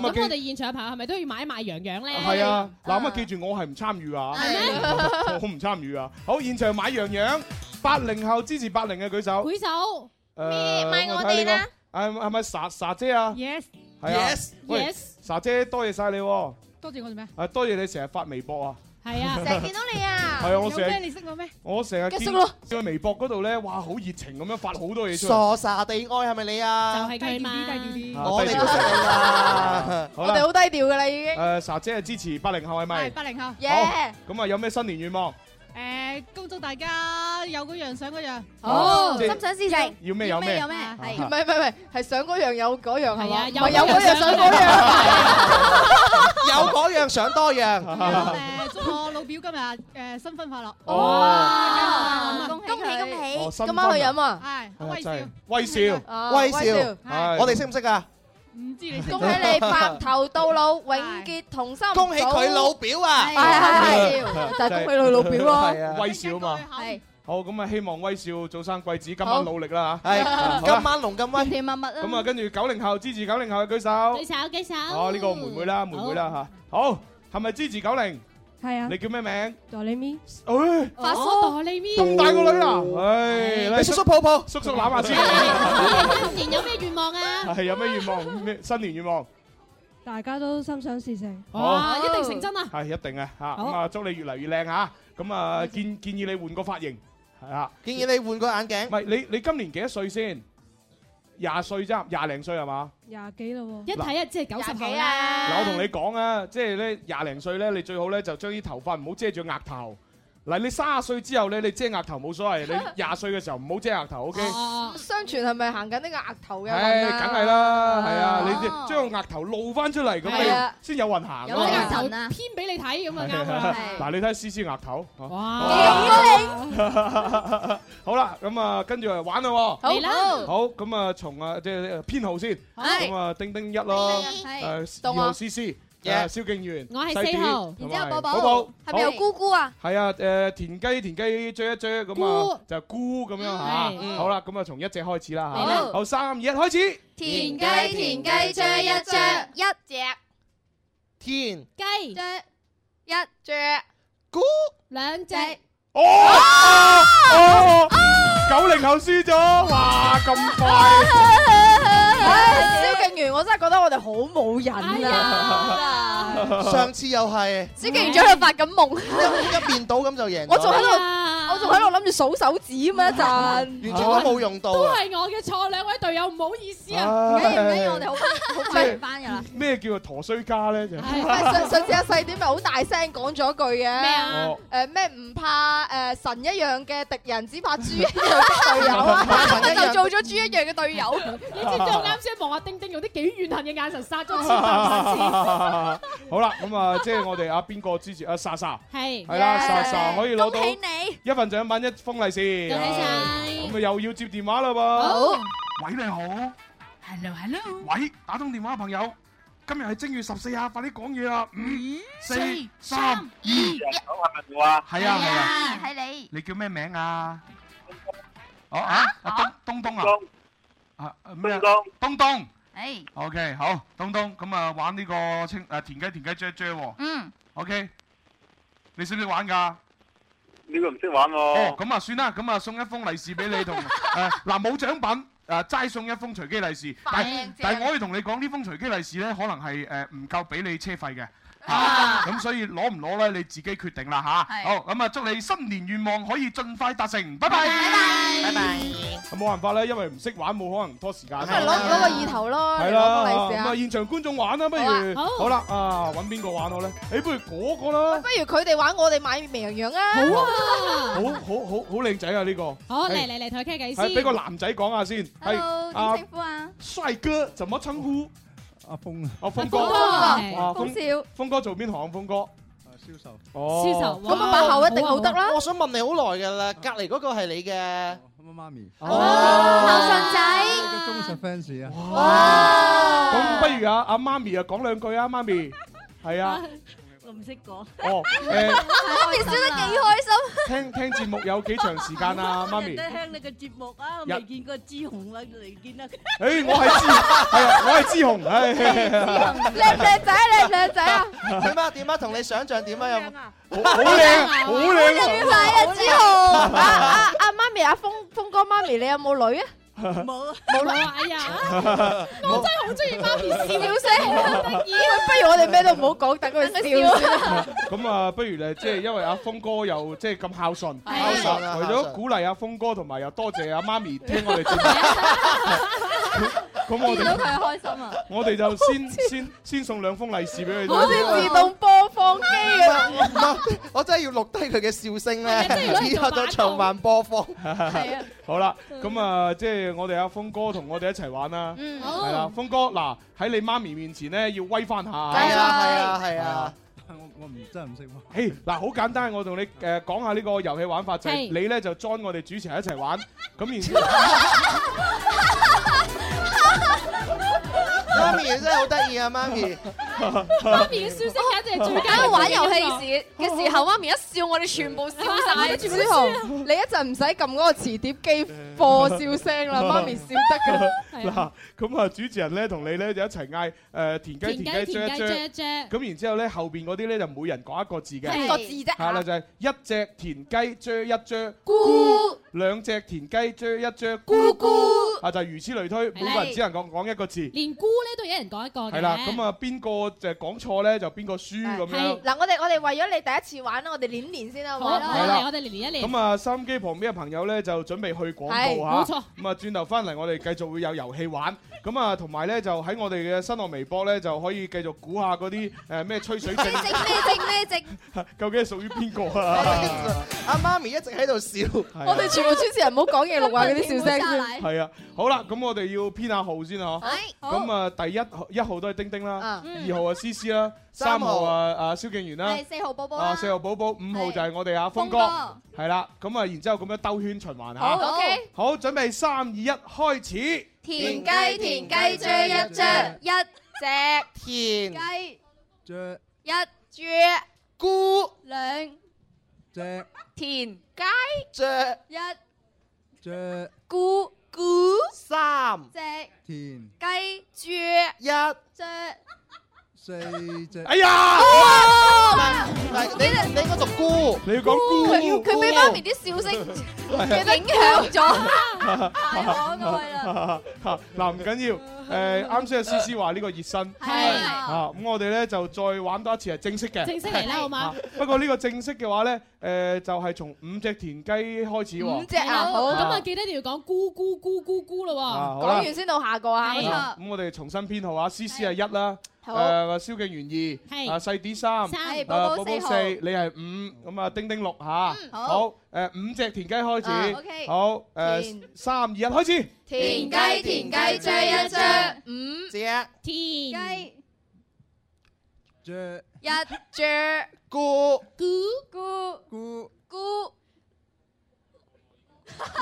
E: 咁
G: 咁
E: 啊記
G: 我哋現場嘅朋友係咪都要買一買洋洋咧？
E: 係啊，嗱咁啊，記住我係唔參與啊， 我唔參與啊。好，現場買洋洋，八零後支持八零嘅舉手。
G: 舉手，
E: 誒
G: 買我哋啦。
E: 我睇呢個係係咪傻傻姐啊
G: Yes
E: 係啊
G: Yes
E: 喂
G: Yes
E: 傻姐多謝晒你喎，
G: 多謝我做咩？
E: 啊多謝你成日發微博啊，
G: 係啊，
E: 到，
G: 你啊
E: 係啊我成日
G: 有咩你識我咩？
E: 我成日
G: 繼
E: 見
G: 續咯
E: 見佢微博嗰度咧，哇好熱情咁樣發好多嘢出嚟。
H: 傻傻地愛係咪你啊？
G: 就係佢嘛，低
E: 啊
H: 我哋
E: 低
H: 都
E: 調
H: 識你啦。
E: 好
F: 我哋
E: 啦，
F: 好低調㗎啦，已經。
E: 誒傻姐係支持八零後係咪？
G: 八零後，
F: 耶！
E: 咁啊有咩新年願望？
G: 誒，恭祝大家有嗰樣想嗰樣，
E: 哦即係
F: 事成
E: 要咩有咩
G: 有咩
F: 唔係唔係唔係，係想嗰樣有嗰樣係
G: 係
F: 嘛？
G: 啊
F: 唔
G: 有
F: 係有
G: 嗰
F: 嗰
G: 樣
F: 樣想嗰
H: 有嗰樣想多樣。
G: 誒，祝我老表今日誒新婚快樂，Ờ,
F: 哦
G: 恭喜恭喜
E: 哦新
F: 今晚去
E: 婚啊
F: 飲啊！
E: Ờ,
G: 係，
E: 啊真係威少
F: 啊，
H: 威
F: 威
H: 少
F: 少，
E: 係
H: 我哋識唔識啊？
G: 唔知你識唔識
F: 恭喜你白頭到老，永結同心。
H: 恭喜佢老表啊
F: 係係
H: 係
F: 係，就係恭喜你老表咯。
E: 係啊威少嘛。
F: 係
E: 好咁啊，希望威少早生貴子，今晚努力啦嚇。
H: 係
E: 好啦
H: 今晚龍咁 威，
M: 甜蜜蜜啊
E: 咁啊，跟住九零後支持九零後嘅舉手。
G: 舉手，舉手。
E: 哦，呢個妹妹啦，妹妹啦嚇。好，係咪支持九零？你叫咩名？
G: 哆唻咪，
E: 唉，
G: 發梳哆唻咪，
E: 咁 大個女啊！唉，嚟
H: 你叔叔抱抱，
E: 叔叔攬下先。
G: 新年有咩願望啊？
E: 係有咩願望？咩新年願望？
S: 大家都心想事成。
G: 哇！一定成真啊！
E: 係一定嘅嚇。
S: 好
E: 咁啊，祝你越嚟越靚嚇。咁啊，建建議你換個髮型係啊。
H: 建議你換個眼鏡。
E: 唔係你你今年幾多歲先？廿歲啫，廿零歲係嘛？
S: 廿幾咯
G: 一睇啊，即係九十後
E: 嗱，我同
G: 啦。
E: 你講啊，即係咧廿零歲咧，你最好咧就將啲頭髮唔好遮住額頭。嗱，你卅歲之後咧，你遮額頭冇所謂。你廿歲嘅時候唔好遮額頭，OK？
G: Ờ.
F: 相傳係咪行緊呢個額頭嘅運
E: 唉，
F: 啊？
E: 梗係啦，係啊，你將個額頭露翻出嚟，
F: 係
E: 咁
F: 啊
E: 你先有運行啊
G: 有
E: 嘛。
G: 啲頭編俾你睇咁啊啱啦。
E: 嗱，你睇下思思額頭，哇
F: Ờ.
G: 哇！
E: 好啦，咁啊，跟住嚟玩啦喎，
G: 嚟啦
E: 好，咁啊，從啊即係編號先，
G: 係
E: 咁啊，丁丁一咯，誒
F: 到
E: 二
F: 我
E: 號思思，誒蕭敬元，
F: 我係
E: 細
F: 四
E: 啲
F: 號
E: 同
F: 然之後
E: 埋寶
F: 寶寶
E: 寶，
F: 係咪有
E: 好
F: 姑姑啊？
E: 係啊，誒田雞田雞追一追咁啊，就菇咁樣
F: 嗯
E: 嚇，
F: 係
E: 好啦，咁啊從一隻開始啦
F: 嚟啦
E: 嚇，好三二一開始，
F: 田雞田雞追一追，一隻
H: 天
G: 雞
F: 追一隻
H: 菇
G: 兩隻。
E: 哦哦，九零後輸咗，哇咁快！
F: 唉，蕭敬元，我真係覺得我哋好冇癮啊！
H: 上次又係，
F: 蕭敬元仲喺度發緊夢，
H: 一一面倒咁就贏咗。
F: 我仲喺度， 我仲喺度諗住數手指咁一 陣，
H: 完全都冇用到
G: 哦都
H: 啊
G: 係我嘅錯，兩位隊友唔好意思
E: 啊
G: 啊。
E: 唔緊要唔緊要我哋好
F: 好
E: 快完
F: 班噶啦。
E: 咩叫做陀衰家咧？就
F: 唔 係上上次阿細點咪好大聲講咗句嘅咩
G: à,
E: 啊哦
F: 誒咩唔怕誒神一樣嘅敵人，只怕豬 一樣嘅隊友 啊！我就做咗豬一樣嘅隊友。
G: 你知唔知我啱先望阿丁丁用啲幾怨恨嘅眼神殺咗千 萬
E: 好啦，咁啊，即係我哋阿邊個支持阿莎莎，
G: 係
E: 係啦，莎莎可以攞到
G: 恭喜你
E: 一份獎品一封利是，
G: 恭喜晒
E: 咁啊又要接電話啦
G: 好
E: 噃，
P: 喂，你好。Hello Hello。喂，打通電話嘅朋友，今日係正月十四啊，快啲講嘢啦！五、嗯四、三、二，一。
O: 我啊，
P: 係啊係啊，
M: 係你。
P: 你叫咩名啊？哦啊，啊東東東啊，啊咩啊？東東。
M: 誒，
P: OK，好，東東，咁啊玩呢個青啊田雞田雞啫啫喎。
M: 嗯，
P: OK，你識唔識玩㗎？
O: 呢個唔識玩
P: 哦，
O: 喎。
P: 咁啊算啦，咁啊送一封利是俾你同誒嗱冇獎品。誒齋送一封隨機利是，但
O: 正
P: 但係我可以同你講，呢封隨機利是咧，可能係誒唔夠俾你車費嘅，嚇咁所以攞唔攞咧，你自己決定啦
E: 係
P: 吓，好，咁啊，祝你新年願望可以盡快達成，拜拜。拜拜。
E: 咁冇辦法咧，因為唔識玩，冇可能拖時間。啊
F: 咁咪攞攞個意頭咯，
E: 係
F: 你攞個
E: 啦，
F: 利是
E: 咁
F: 啊
E: 啊！！現場觀眾玩啦，不
F: 好啊
E: 如
F: 好
E: 好啦啊，揾邊個玩好咧？誒，不如嗰個啦，
F: 不如佢哋玩，我哋買綿羊羊啊！
E: 好啊好好好好靚仔啊呢個，
G: 好，嚟
E: 係
G: 嚟嚟，同佢傾偈
E: 係俾個
G: 先。
E: 男仔講下先，係
G: Hello，點
E: 啊
G: 稱呼啊？
E: 帥哥怎麼稱呼？
T: 阿峰啊，
G: Ờ,
E: 阿峰哥，
T: 阿峰哥
E: 哇
T: 係
E: 峰
F: 少，
E: 峰哥做邊行？峰哥，
T: 啊銷售。
E: 哦，
H: 銷售
F: 咁啊把口一定好得啦。
H: 我想問你好耐㗎啦，隔離嗰個係你嘅。
T: 媽咪。
H: 哦，
T: 信仔。忠實 fans 啊。
E: 咁不如啊阿媽咪啊講兩句啊，媽咪，係啊，
S: 我唔識講。
E: 哦，誒，
S: 媽咪笑得幾開心。
E: 聽聽節目有幾長時間啊，媽咪？
S: 聽你嘅節目啊，我
E: 未
S: 未見過朱紅啦，嚟見啦。
E: 誒，我係知，係啊，我係知紅，係。
H: 靚唔
F: 靚仔啊靚唔靚仔啊？
H: 點啊點啊，同你想象點啊有冇？
E: 好好靚，好靚啊！
F: 靚仔啊，之豪！啊啊啊！媽咪，阿峰峰哥媽咪，你有冇女啊？
S: 冇
F: 冇女
G: 啊！哎呀，我真係好中意媽咪笑聲，好得意啊。
F: 喂不如我哋咩都唔好講，等佢笑先啦。
E: 咁啊，不如咧，即係因為阿峰哥又即係咁孝順，
F: 係啊
E: 孝
F: 孝
E: 順，
F: 順
H: 啊
U: 啊
E: 為咗鼓勵阿峰哥，同埋又多謝阿媽咪聽我哋節目。咁我
J: 見到佢
E: 哋
J: 開心啊！
E: 我哋就先先先送兩封利是俾佢。
F: 好似自動播放機啊！
H: 唔係我真係要錄低佢嘅笑聲
F: 係啊真係要攞嚟
H: 咧，
F: 做
H: 以後就循環播放。
E: 係啊。好啦，咁啊，即係我哋阿峰哥同我哋一齊玩啦。
F: Ừ.
H: 嗯好
E: 係啦，峰哥嗱喺你媽咪面前咧要威翻下。
H: 係啊係啊係啊！
T: 我我唔真係唔識玩。
E: 嘿，嗱，好簡單，我同你誒講下呢個遊戲玩法就係
T: 係
E: 你咧就 join 我哋主持人一齊玩，咁然之後。
H: 媽媽咪真係好得意啊，媽咪。
G: 媽咪嘅消息簡直係最佳
V: 喺玩遊戲時嘅時候，媽咪一笑，我哋全部笑晒。
W: 朱紅，你一陣唔使撳嗰個磁碟機播笑聲啦，媽咪笑得㗎。
E: 嗱，咁啊，主持人咧同你咧就一齊嗌誒田雞
W: 田雞
E: 田雞
W: 田
E: 啫
W: 雞
E: 啫
W: 啫啫
E: 咁然之後咧後邊嗰啲咧就每人講一個字嘅，
W: 係一啊個字啫
E: 係啦，就係一隻田雞啫一啫咕，兩隻田雞啫一啫咕咕，啊就係如此類推，每個人只能講講一個字。
G: 連姑咧都有一人講一個嘅。
E: 係啦，咁啊邊個就講錯咧就邊個輸咁樣。
W: 嗱，我哋我哋為咗你第一次玩啦，我哋練練先啦，好
E: 好係啦我
G: 哋練一
E: 咁啊，收音機旁邊嘅朋友咧就準備去廣
W: 係
E: 告
W: 冇
E: 嚇
W: 錯，
E: 咁啊轉頭翻嚟我哋繼續會有遊戲玩，咁啊同埋咧就喺我哋嘅新浪微博咧就可以繼續估下嗰啲誒咩吹水症，
F: 咩正咩
E: 究竟係屬於邊個 啊？
H: 阿媽咪一直喺度笑，
W: 我哋全部主持人唔好講嘢，錄下嗰啲笑聲先。
E: 係啊，好啦，咁我哋要編下號先啊，
W: 係
E: 嗬
W: 好
E: 咁啊，第一號一號都係丁丁啦，
W: 嗯
E: 二號啊思思啦，
W: 三
E: 三
W: 號
E: 號啊啊蕭敬元啦
F: 正，，四號寶寶
E: 啊
F: 啦，
E: 四號寶寶，五號就係我哋阿峰哥
F: 峰哥，
E: 係啦，咁啊然之後咁樣兜圈循環嚇，
F: 好，OK
E: 好，準備三二一開始，
F: 田雞田雞追一追，一
H: 隻
F: 田雞
U: 雀
F: 一豬
H: 菇
F: 兩
U: 只
F: 田雞
H: 雀
F: 一
U: 雀
F: 菇菇
H: 三
F: 隻
U: 田
F: 雞豬
H: 一
F: 隻。
U: 四隻。
E: 哎呀！
H: 唔係你你應該讀菇，
E: 你要講菇，
F: 佢佢俾媽咪啲笑聲影響咗。太可愛
E: 啦！嗱，唔緊要，誒啱先阿思思話呢個熱身，係啊，咁我哋咧就再玩多一次係正式嘅，
G: 正式嚟啦好嗎
E: 啊不過呢個正式嘅話咧，誒就係從五隻田雞開始喎，
G: 好咁啊，記得一定要講咕咕咕咕咕咯
E: 啊
G: 喎。
E: 好啦講完
W: 先到下個啊
G: 係
E: 啊咁我哋重新編號啊，思思係一啦，
W: 好
E: 誒蕭敬元
G: 係
E: 二，啊細啲三，
G: 三
E: 啊
G: 寶寶
E: 寶寶
G: 四號
E: 四，你係五，咁啊丁丁六嚇，
G: 好
E: 好誒五隻田雞開
F: 啊
E: 始，
F: Ờ, ，OK
E: 好
F: 田
E: 誒三二一開始，
F: 田雞田雞追一追，五
H: 隻
F: 田雞
U: 雀
F: 一隻
H: 菇
F: 菇菇
U: 菇
F: 菇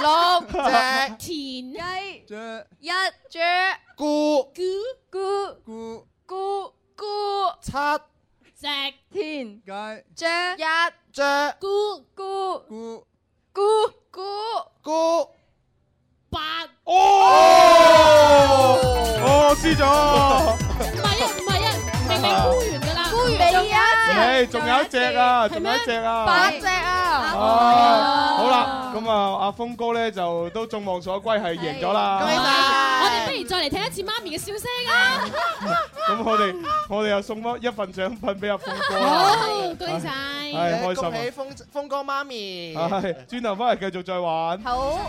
W: 六
H: 隻
G: 田
F: 雞
U: 雀
F: 一隻
H: 菇
F: 菇菇
U: 菇
F: 菇菇
H: 七
G: 隻
F: 田
U: 雞
F: 隻一
H: 隻
F: 菇菇
U: 菇
F: 菇菇
H: 菇
G: 八
E: Oh! 哦，哦輸咗。
G: 唔係啊，唔係啊，明明咕完㗎啦，
W: 菇完未
F: Dạ,
W: 啊
E: 誒，仲有一隻啊，仲有一隻啊，
W: 八隻啊！
E: Ờ,
F: Dạ.
E: 啊好啦，咁啊，阿峰哥咧就都眾望所歸，係贏咗啦。
G: 我哋不如再嚟睇一次媽咪嘅笑聲啊！
E: 咁我哋我哋又送翻一份獎品俾阿峰哥啦。
G: 好，恭喜晒！
E: 係開心啊
H: 恭喜峰峰哥媽咪。
E: 係，轉頭翻嚟繼續再玩。
W: 好。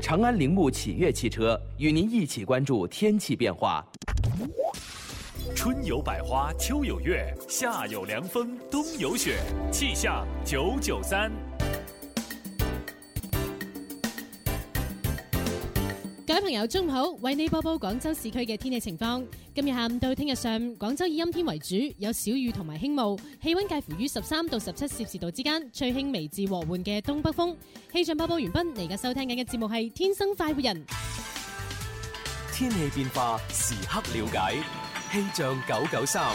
B: 长安铃木启悦汽车与您一起关注天气变化。
X: 春有百花，秋有月，夏有凉风，冬有雪。气象九九三，
G: 各位朋友，中午好，為你播報廣州市區嘅天氣情況。今日下午到聽日上午，廣州以陰天為主，有小雨同埋輕霧，氣温介乎於十三到十七攝氏度之間，吹輕微至和緩嘅東北風。氣象播報完畢，你而家收聽緊嘅節目係《天生快活人》。
B: 天气变化时刻了解，气象九九三。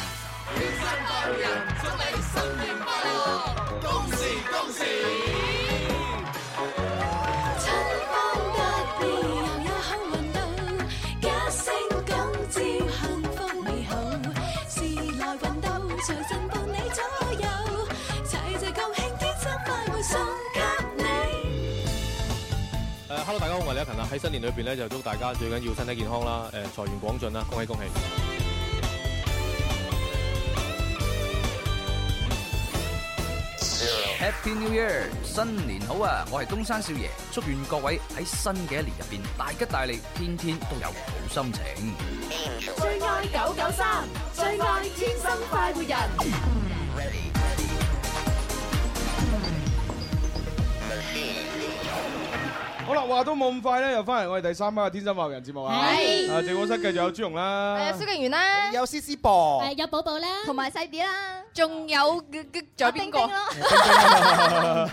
Y: 春風得意又有幸運到，加聲感召幸福美好，時來運到隨身伴你左右，齊齊共慶天生快活送給你。
D: 誒，hello，大家好，呃我係李克勤啊！喺新年裏邊咧，就祝大家最緊要身體健康啦，誒，財源廣進啦，恭喜恭喜！
C: Happy New Year，新年好啊！我係東山少爺，祝願各位喺新嘅一年入邊大吉大利，天天都有好心情。
Y: 最愛九九三，最愛天生快活人。
E: 好啦，話都冇咁快咧，又翻嚟我哋第三班嘅天生發育人節目啊！
G: Dạ.
F: 係
E: 啊，直播室繼續有朱容啦，
F: 係啊，蕭敬元啦，
H: 有思思噃，
G: 有寶寶啦，
I: 同埋細啲啦，仲
F: 呃
I: 有仲有邊個？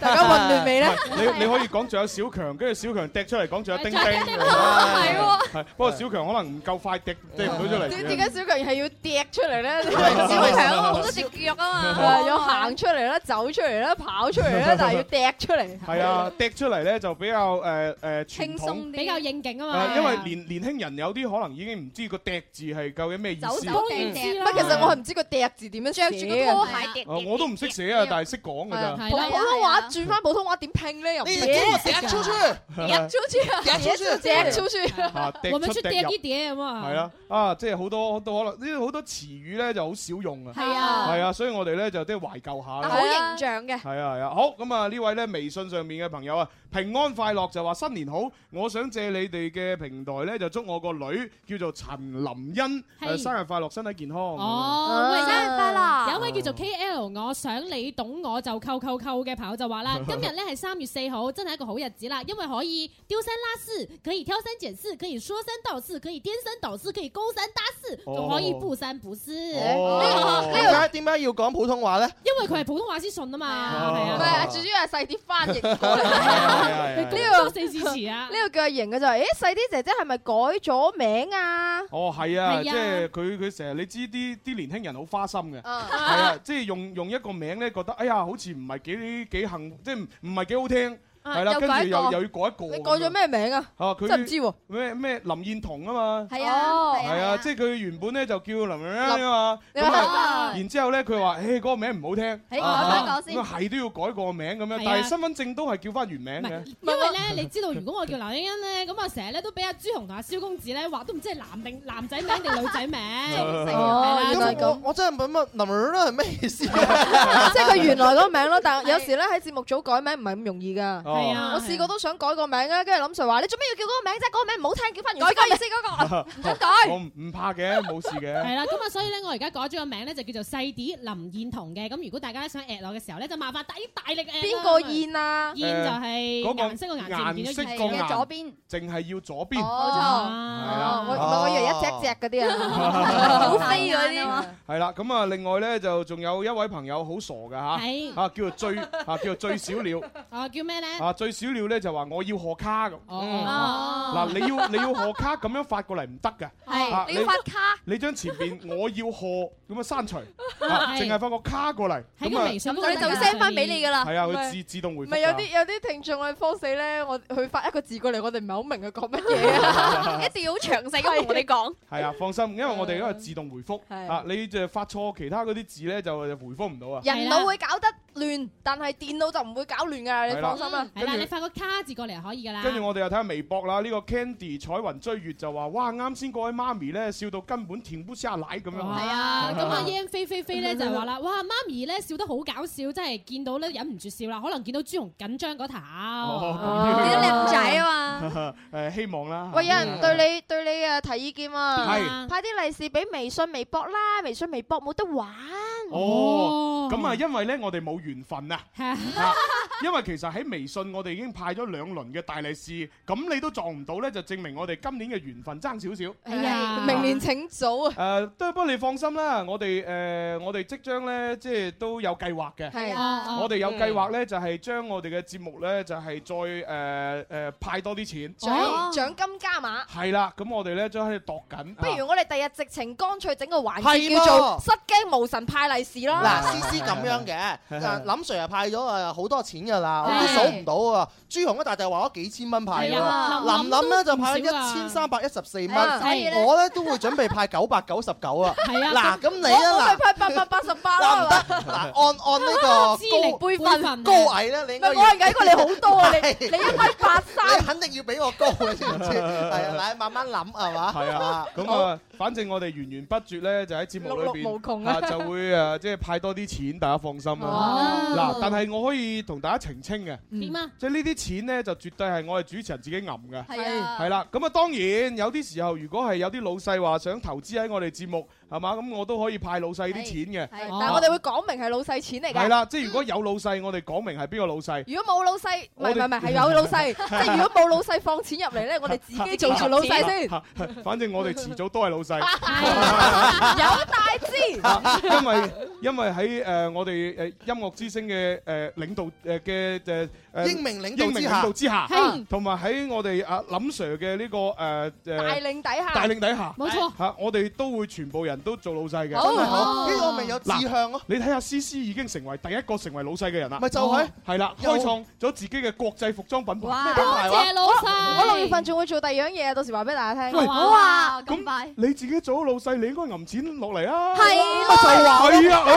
E: 大
I: 家混亂 未呢
E: 你你可以講仲有小強，跟住小強掟出嚟講仲有丁丁，
F: 係丁丁係喎
E: 係不過小強可能唔夠快掟掟唔到出嚟。
F: 點點解小強係要趯出嚟咧？
E: 小強
I: 好多隻腳啊嘛
F: 係 有行出嚟啦，走出嚟啦，跑出嚟啦，但係要趯出嚟。
E: 係 啊，掟出嚟咧就比較誒誒傳
G: 輕鬆
E: 統。
G: 啲，比較應景啊嘛。
E: 誒因為年年輕人有啲可能已經唔知個掟字係究竟咩意思。
F: 唔係，其實我係唔知個趯字點樣著
I: 住個拖鞋趯
E: 啊我都唔識寫啊，但係識講㗎咋。
F: 普通話轉翻普通話點拼咧？又唔知。趯出去，趯出去，
E: 啊 趯
G: 我們
E: 出
G: 去
E: 趯
G: 趯
E: 入
G: 一趯咁啊。
E: 係啦，啊，即係好多好多可能呢啲好多詞語咧就好少用啊。
B: à.
G: 係啊
E: 係啊，所以我哋咧就即係啊懷舊下啦。
F: 但好形象嘅。
E: 係啊係啊，好咁啊呢位咧微信上面嘅朋友啊，平安快樂就話新年好，我想借你哋嘅平台咧就祝我個女叫做陳林欣
G: 係
E: 誒生日快樂，身體健康。
G: 哦，喂
E: 生日快
H: 啊
E: 樂
G: 有位叫做 K L，我想你懂我就扣扣扣嘅朋友就話 啦，今日咧係三月四號，真係一個好日子啦，因為可以丟三拉四，可以挑三揀四，可以說三道四，可以顛三倒四，可以勾三搭四，
H: 哦
G: 仲可以不三不四。
H: 哦點解點解要講普通話咧？
G: 因為佢係普通話先順啊嘛，係
H: 哦
F: 唔
G: 啊。
F: 係，最主要係細啲翻譯過 嚟。
E: 呢
G: 多四字詞啊！
F: 呢個叫阿瑩嘅就係，誒細啲姐姐係咪改咗名啊？
E: 哦，係啊，
F: 係
E: 即
F: 啊
E: 係佢佢成日你知啲啲年輕人好花心嘅，係
F: 啊
E: 啊，即係用用一個名咧，覺得哎呀，好似唔係幾幾幸，即係唔唔係幾好聽，
F: 啊
E: 係啦，
F: 又
E: 跟
F: 改
E: 住又
F: 過
E: 又要改一個。
F: 你改咗？咩名啊？
E: 啊，佢
F: 真係唔知喎。
E: 咩咩林燕彤啊嘛。
F: 係啊
E: 係啊，即係佢原本咧就叫林欣欣啊嘛，
F: 林
E: 咁啊，然之後咧佢話：，誒嗰個名唔好聽，
G: 改
E: 啊
G: 翻個先
E: 咁啊係都要改個名咁樣
G: 係啊，
E: 但係身份證都係叫翻原名嘅。
G: 因為咧，你知道如果我叫劉欣欣咧，咁啊成日咧都俾阿朱紅同阿蕭公子咧話都唔知係男定男仔名定女仔名。
H: 哦
G: 係啦
H: 原來咁，我真係問乜林兒係咩意思？
F: 即
E: 啊
F: 係佢原來嗰個名咯，但係有時咧喺節目組改名唔係咁容易㗎。
H: 係啊
F: 我試過都想改個名啊，跟住林 Sir 話：你做咩要叫嗰個名啫？嗰個名唔好聽，叫翻原改意思嗰個。
E: 唔
F: 想改
E: 我唔哦唔怕嘅，冇事 嘅。
G: 係啦，咁啊，所以咧，我而家改咗個名咧，就叫做細啲林燕彤嘅。咁如果大家想 at 我嘅時候咧，就麻煩大大力 at 啦
F: 邊個燕啊？
G: 燕就係
E: 嗰個
G: 顏色個顏字，唔見咗
E: 顏色
G: 燕
E: 個顏
G: 左
F: 邊，
E: 淨係要左邊。啊
F: 冇錯。哦我我以為一隻隻嗰 啲啊，
E: 哦
F: 好飛嗰啲。
E: 係啦，咁啊，另外咧就仲有一位朋友好傻㗎
G: 係
E: 嚇，啊叫做最 啊叫做最小鳥。
G: 啊叫咩咧？
E: 啊，最少料咧就話我要賀卡咁。啊
G: 哦
E: 嗱，你要你要賀卡咁樣發過嚟唔得㗎。
B: à.
G: 係
E: 啊
G: 你要發卡
E: 你將前邊我要賀咁啊刪除，啊
F: 係
E: 淨係發個卡過嚟。
F: 喺
E: 咁
F: 個
E: 啊
F: 微信嗰個咁就會 send 返俾你㗎啦
E: 係啊，佢
F: 咪
E: 自自動回
F: 唔
E: 覆㗎。
F: 係有啲有啲聽眾去科四咧，我佢發一個字過嚟，我哋唔係好明佢講乜嘢 啊，
E: 一
F: 定要好詳細咁同我哋講。
E: 係啊，放心，因為我哋嗰個自動回覆
F: 係
E: 啊，你就發錯其他嗰啲字咧就就回覆唔到啊。
F: 人腦會搞得亂，但係電腦就唔會搞亂㗎啦，
E: 係啦
F: 你放心啦。
E: 係啦跟住你
G: 發個卡字過嚟就可以
F: 啊
G: 㗎啦。
E: 跟住我哋又睇下微博啦，呢個 Candy 彩雲追月就話：哇，啱先嗰位媽咪咧笑到根本甜不下奶咁樣。
G: 係啊，咁啊 Yan 飛飛飛咧就 話啦，哇媽咪咧笑得好搞笑，真係見到咧忍唔住笑啦，可能見到朱紅緊張嗰頭，
F: 嗯
E: 哦
G: 見
E: 咁樣
G: 到靚仔啊嘛，
E: 嘛。誒，希望啦。
F: 喂，有人對你對你誒提意見啊
E: 係，
F: 派啲利是俾微信、微博啦，微信、微博冇得玩。
E: 哦，咁啊，因為咧我哋冇緣分 啊。啊
F: 係
E: 因為其實喺微信我哋已經派咗兩輪嘅大利是，咁你都撞唔到咧，就證明我哋今年嘅緣分爭少少。
G: À.
F: 啊，明年請早啊！
E: 誒，都不過你放心啦，我哋誒我哋即將咧，即係都有計劃嘅。
G: Ờ,
F: 係啊
E: 我哋有計劃咧，就係將我哋嘅節目咧，就係再誒誒派多啲錢。
F: 啊獎獎金加碼。
E: 係啦，咁我哋咧將喺度度緊。
F: 不如我哋第日直情乾脆整個環節
H: 係
F: 叫
H: 喎
F: 做失驚無神派利是啦。啊
H: 嗱思思咁樣嘅，嗱林 Sir 又派咗誒好多錢㗎啦，我都數唔到啊！朱紅咧，但係話咗幾千蚊派
F: 係
G: à,
F: 啊
H: 喎，
F: 林
H: 林林咧就派咗
F: 林林都唔少啊
H: 一千三百一十四蚊，
F: 啊所以呢
H: 我咧都會準備派九百九十九啊。
F: 係
H: 嗱咁你
F: 我我咪
H: 啊
F: 派八百八十八
H: 嗱，嗱唔
F: 啦。
H: 得，嗱按按呢 個高
F: 輩分
H: 高矮咧，你應該
F: 唔係我係矮過你好多 啊你你一米八三，
H: 你肯定要比我高嘅，知 唔知？係啊，嗱慢慢諗係嘛？
E: 係啊，咁啊，反正我哋源源不絕咧，就喺節目裏
H: 陸陸無窮
E: 邊
H: 啊
E: 就會誒，即係派多啲錢，大家放心啦。啊
H: 哦
G: Ờ.
E: 嗱，但係我可以同大家家澄清嘅。
G: 點啊？
E: 即係呢啲錢呢，就絕對係我哋主持人自己揞嘅。
F: 哎
G: 係啊
E: 係啦。咁啊，當然有啲時候，如果係有啲老細話想投資喺我哋節目，係嘛，咁我都可以派老細啲錢嘅。
B: Ờ.
F: 但係我哋會講明係老細錢嚟㗎。
E: 係啦，即係如果有老細，我哋講明係邊個老細。
F: 如果冇老細，唔係
E: 我
F: 唔
E: 哋
F: 係唔係，係有老細。即係如果冇老細放錢入嚟咧，我哋自己做住老細先。
E: 先。 反正我哋遲早都係老細。
F: 有大
E: 啊
F: 支，
E: 因為因為喺誒我哋誒音樂之星嘅誒領導誒嘅誒誒
H: 英明領導
E: 英明
H: 之
E: 領
H: 下
E: 導之下
H: 係，
E: 同埋喺我哋阿林 Sir 嘅呢個誒誒
F: 帶領底下，
E: 帶領底下，
F: 冇錯
E: 嚇，我哋都會全部人都做老細嘅，
H: 好真係好呢個咪有志向
E: 咯。你睇下 C C 已經成為第一個成為老細嘅人啦，
H: 咪就係
E: 係啦，
H: 有
E: 開創咗自己嘅國際服裝品牌
F: 哇，
E: 品牌話。
F: 我我六月份仲會做第二樣嘢，到時話俾大家聽。
E: 喂
F: 哇，
E: 咁
F: 快！
E: 你自己做咗老細，你應該揞錢落嚟啊！
F: 係
H: 咪
F: 咯
H: 就話
E: 係啊，唉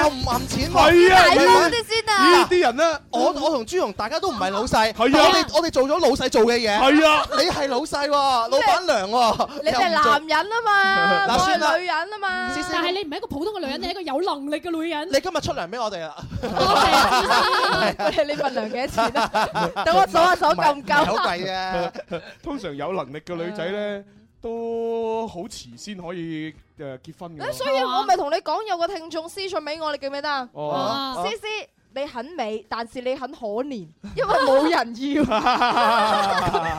H: 又唔揞錢喎，
E: 係啊，呢
H: 呢
E: 啲人咧，
H: 我我同朱紅大家都唔係老細，我
E: 啊
H: 哋我哋做咗老細做嘅嘢，
E: 係啊
H: 你係老細喎，老闆娘喎，
F: 你哋
H: 又唔做
F: 男人啊嘛，
H: 嗱
F: 我
H: 算啦
F: 係女人啊嘛。
G: 但係你唔係一個普通嘅女人，你係一個有能力嘅女人。
H: 你今日出糧俾我哋啦，
F: 喂你份糧幾多錢啊？等我數下數夠唔夠？
H: 唔係唔係好 貴啊！
E: 通常有能力嘅女仔咧，都好遲先可以誒結婚嘅。
F: 咁所以我咪同你講，有個聽眾私信俾我，你記唔記得啊？
E: 哦
F: 思思，你很美，但是你很可憐，因為冇人要。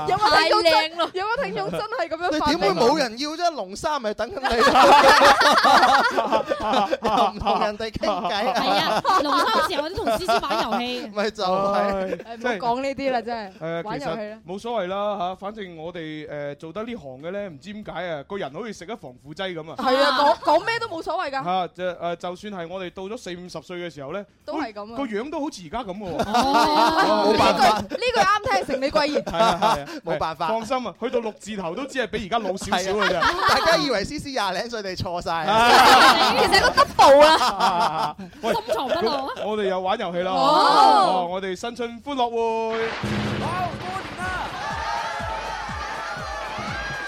F: 有個聽眾
H: 太
F: 真，有個聽眾真係咁樣
H: 你
F: 發啊
H: 點會
F: 俾我
H: 冇？人要啫？龍三咪等緊 你，又唔同人哋傾偈。
G: 係啊，龍三時候我都同思思玩遊戲。
H: 咪就係
F: 哎誒唔好講呢啲啦，真
E: 誒
F: 係玩
E: 其
F: 遊戲啦
E: 實。冇所謂啦嚇，反正我哋誒做得呢行嘅咧，唔知點解啊，個人好似食咗防腐劑咁啊。
F: 係啊，講講咩都冇所謂㗎，
E: 嚇就誒，就算係我哋到咗四五十歲嘅時候咧，
F: 都係咁啊
E: 個樣都好似而家咁嘅喎。
F: 哦
E: 冇辦法，
F: 呢句啱聽，成李貴賢。
E: 係啊係啊，
H: 冇辦法
E: 放心啊，去到六字頭都只係比而家老少少嘅
H: 係啊
E: 啫。
H: 大家以為 C C 廿零歲，你錯晒。
E: 其
F: 實個 double
E: 啊啦，喂，深
G: 藏不露啊！
E: 我哋又玩遊戲啦，
H: 哦
E: 哦，我哋新春歡樂會，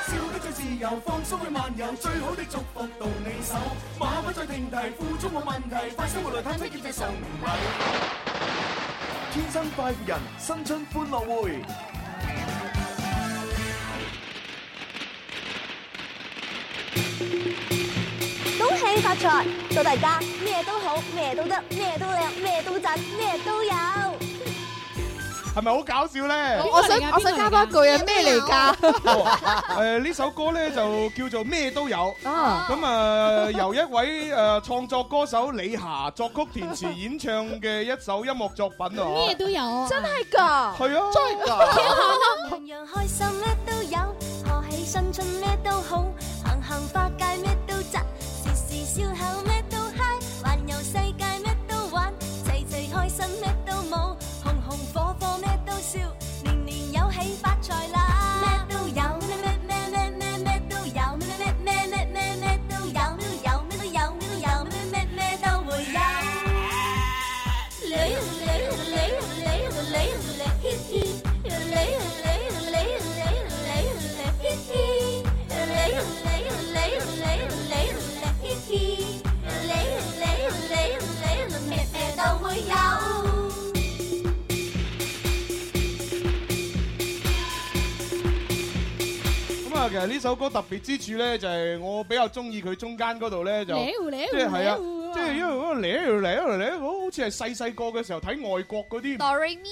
C: 笑得最自由，放鬆去漫遊，最好的祝福到你手，馬不再停蹄，付出冇問題，快生活來探出業際上唔禮。
Z: 天生快活人，新春歡樂會。
B: 恭喜發財！祝大家咩都好，咩都得，咩都靚，咩都震，咩都有。
E: 係咪好搞笑咧？
F: 我想我想加多一句啊，咩嚟㗎？
G: 哦
E: 誒呢首歌咧就叫做咩都有，
F: 啊
E: 咁啊由一位誒創作歌手李霞作曲填詞演唱嘅一首音樂作品啊，
G: 咩都有啊，
F: 真係㗎。
E: 係啊，真
B: 樣樣開心咩都有，賀喜新春咩都好，行行花街咩都摘，時時燒烤咩都嗨，環遊世界咩都玩，齊齊開心咩都冇，紅紅火火咩都笑，年年有喜發財啦！咩都有，咩咩咩咩咩咩都有，咩咩咩咩咩咩都有，咩都有，咩都有，咩都有，咩咩咩都會有。
E: 咁啊，其實呢首歌特別之處咧，就係我比較中意佢中間嗰度咧，就
G: 撩撩
E: 即係係啊
G: 撩啊，
E: 即係因為嗰個嚟嚟嚟，我好似係細細個嘅時候睇外國嗰啲嗰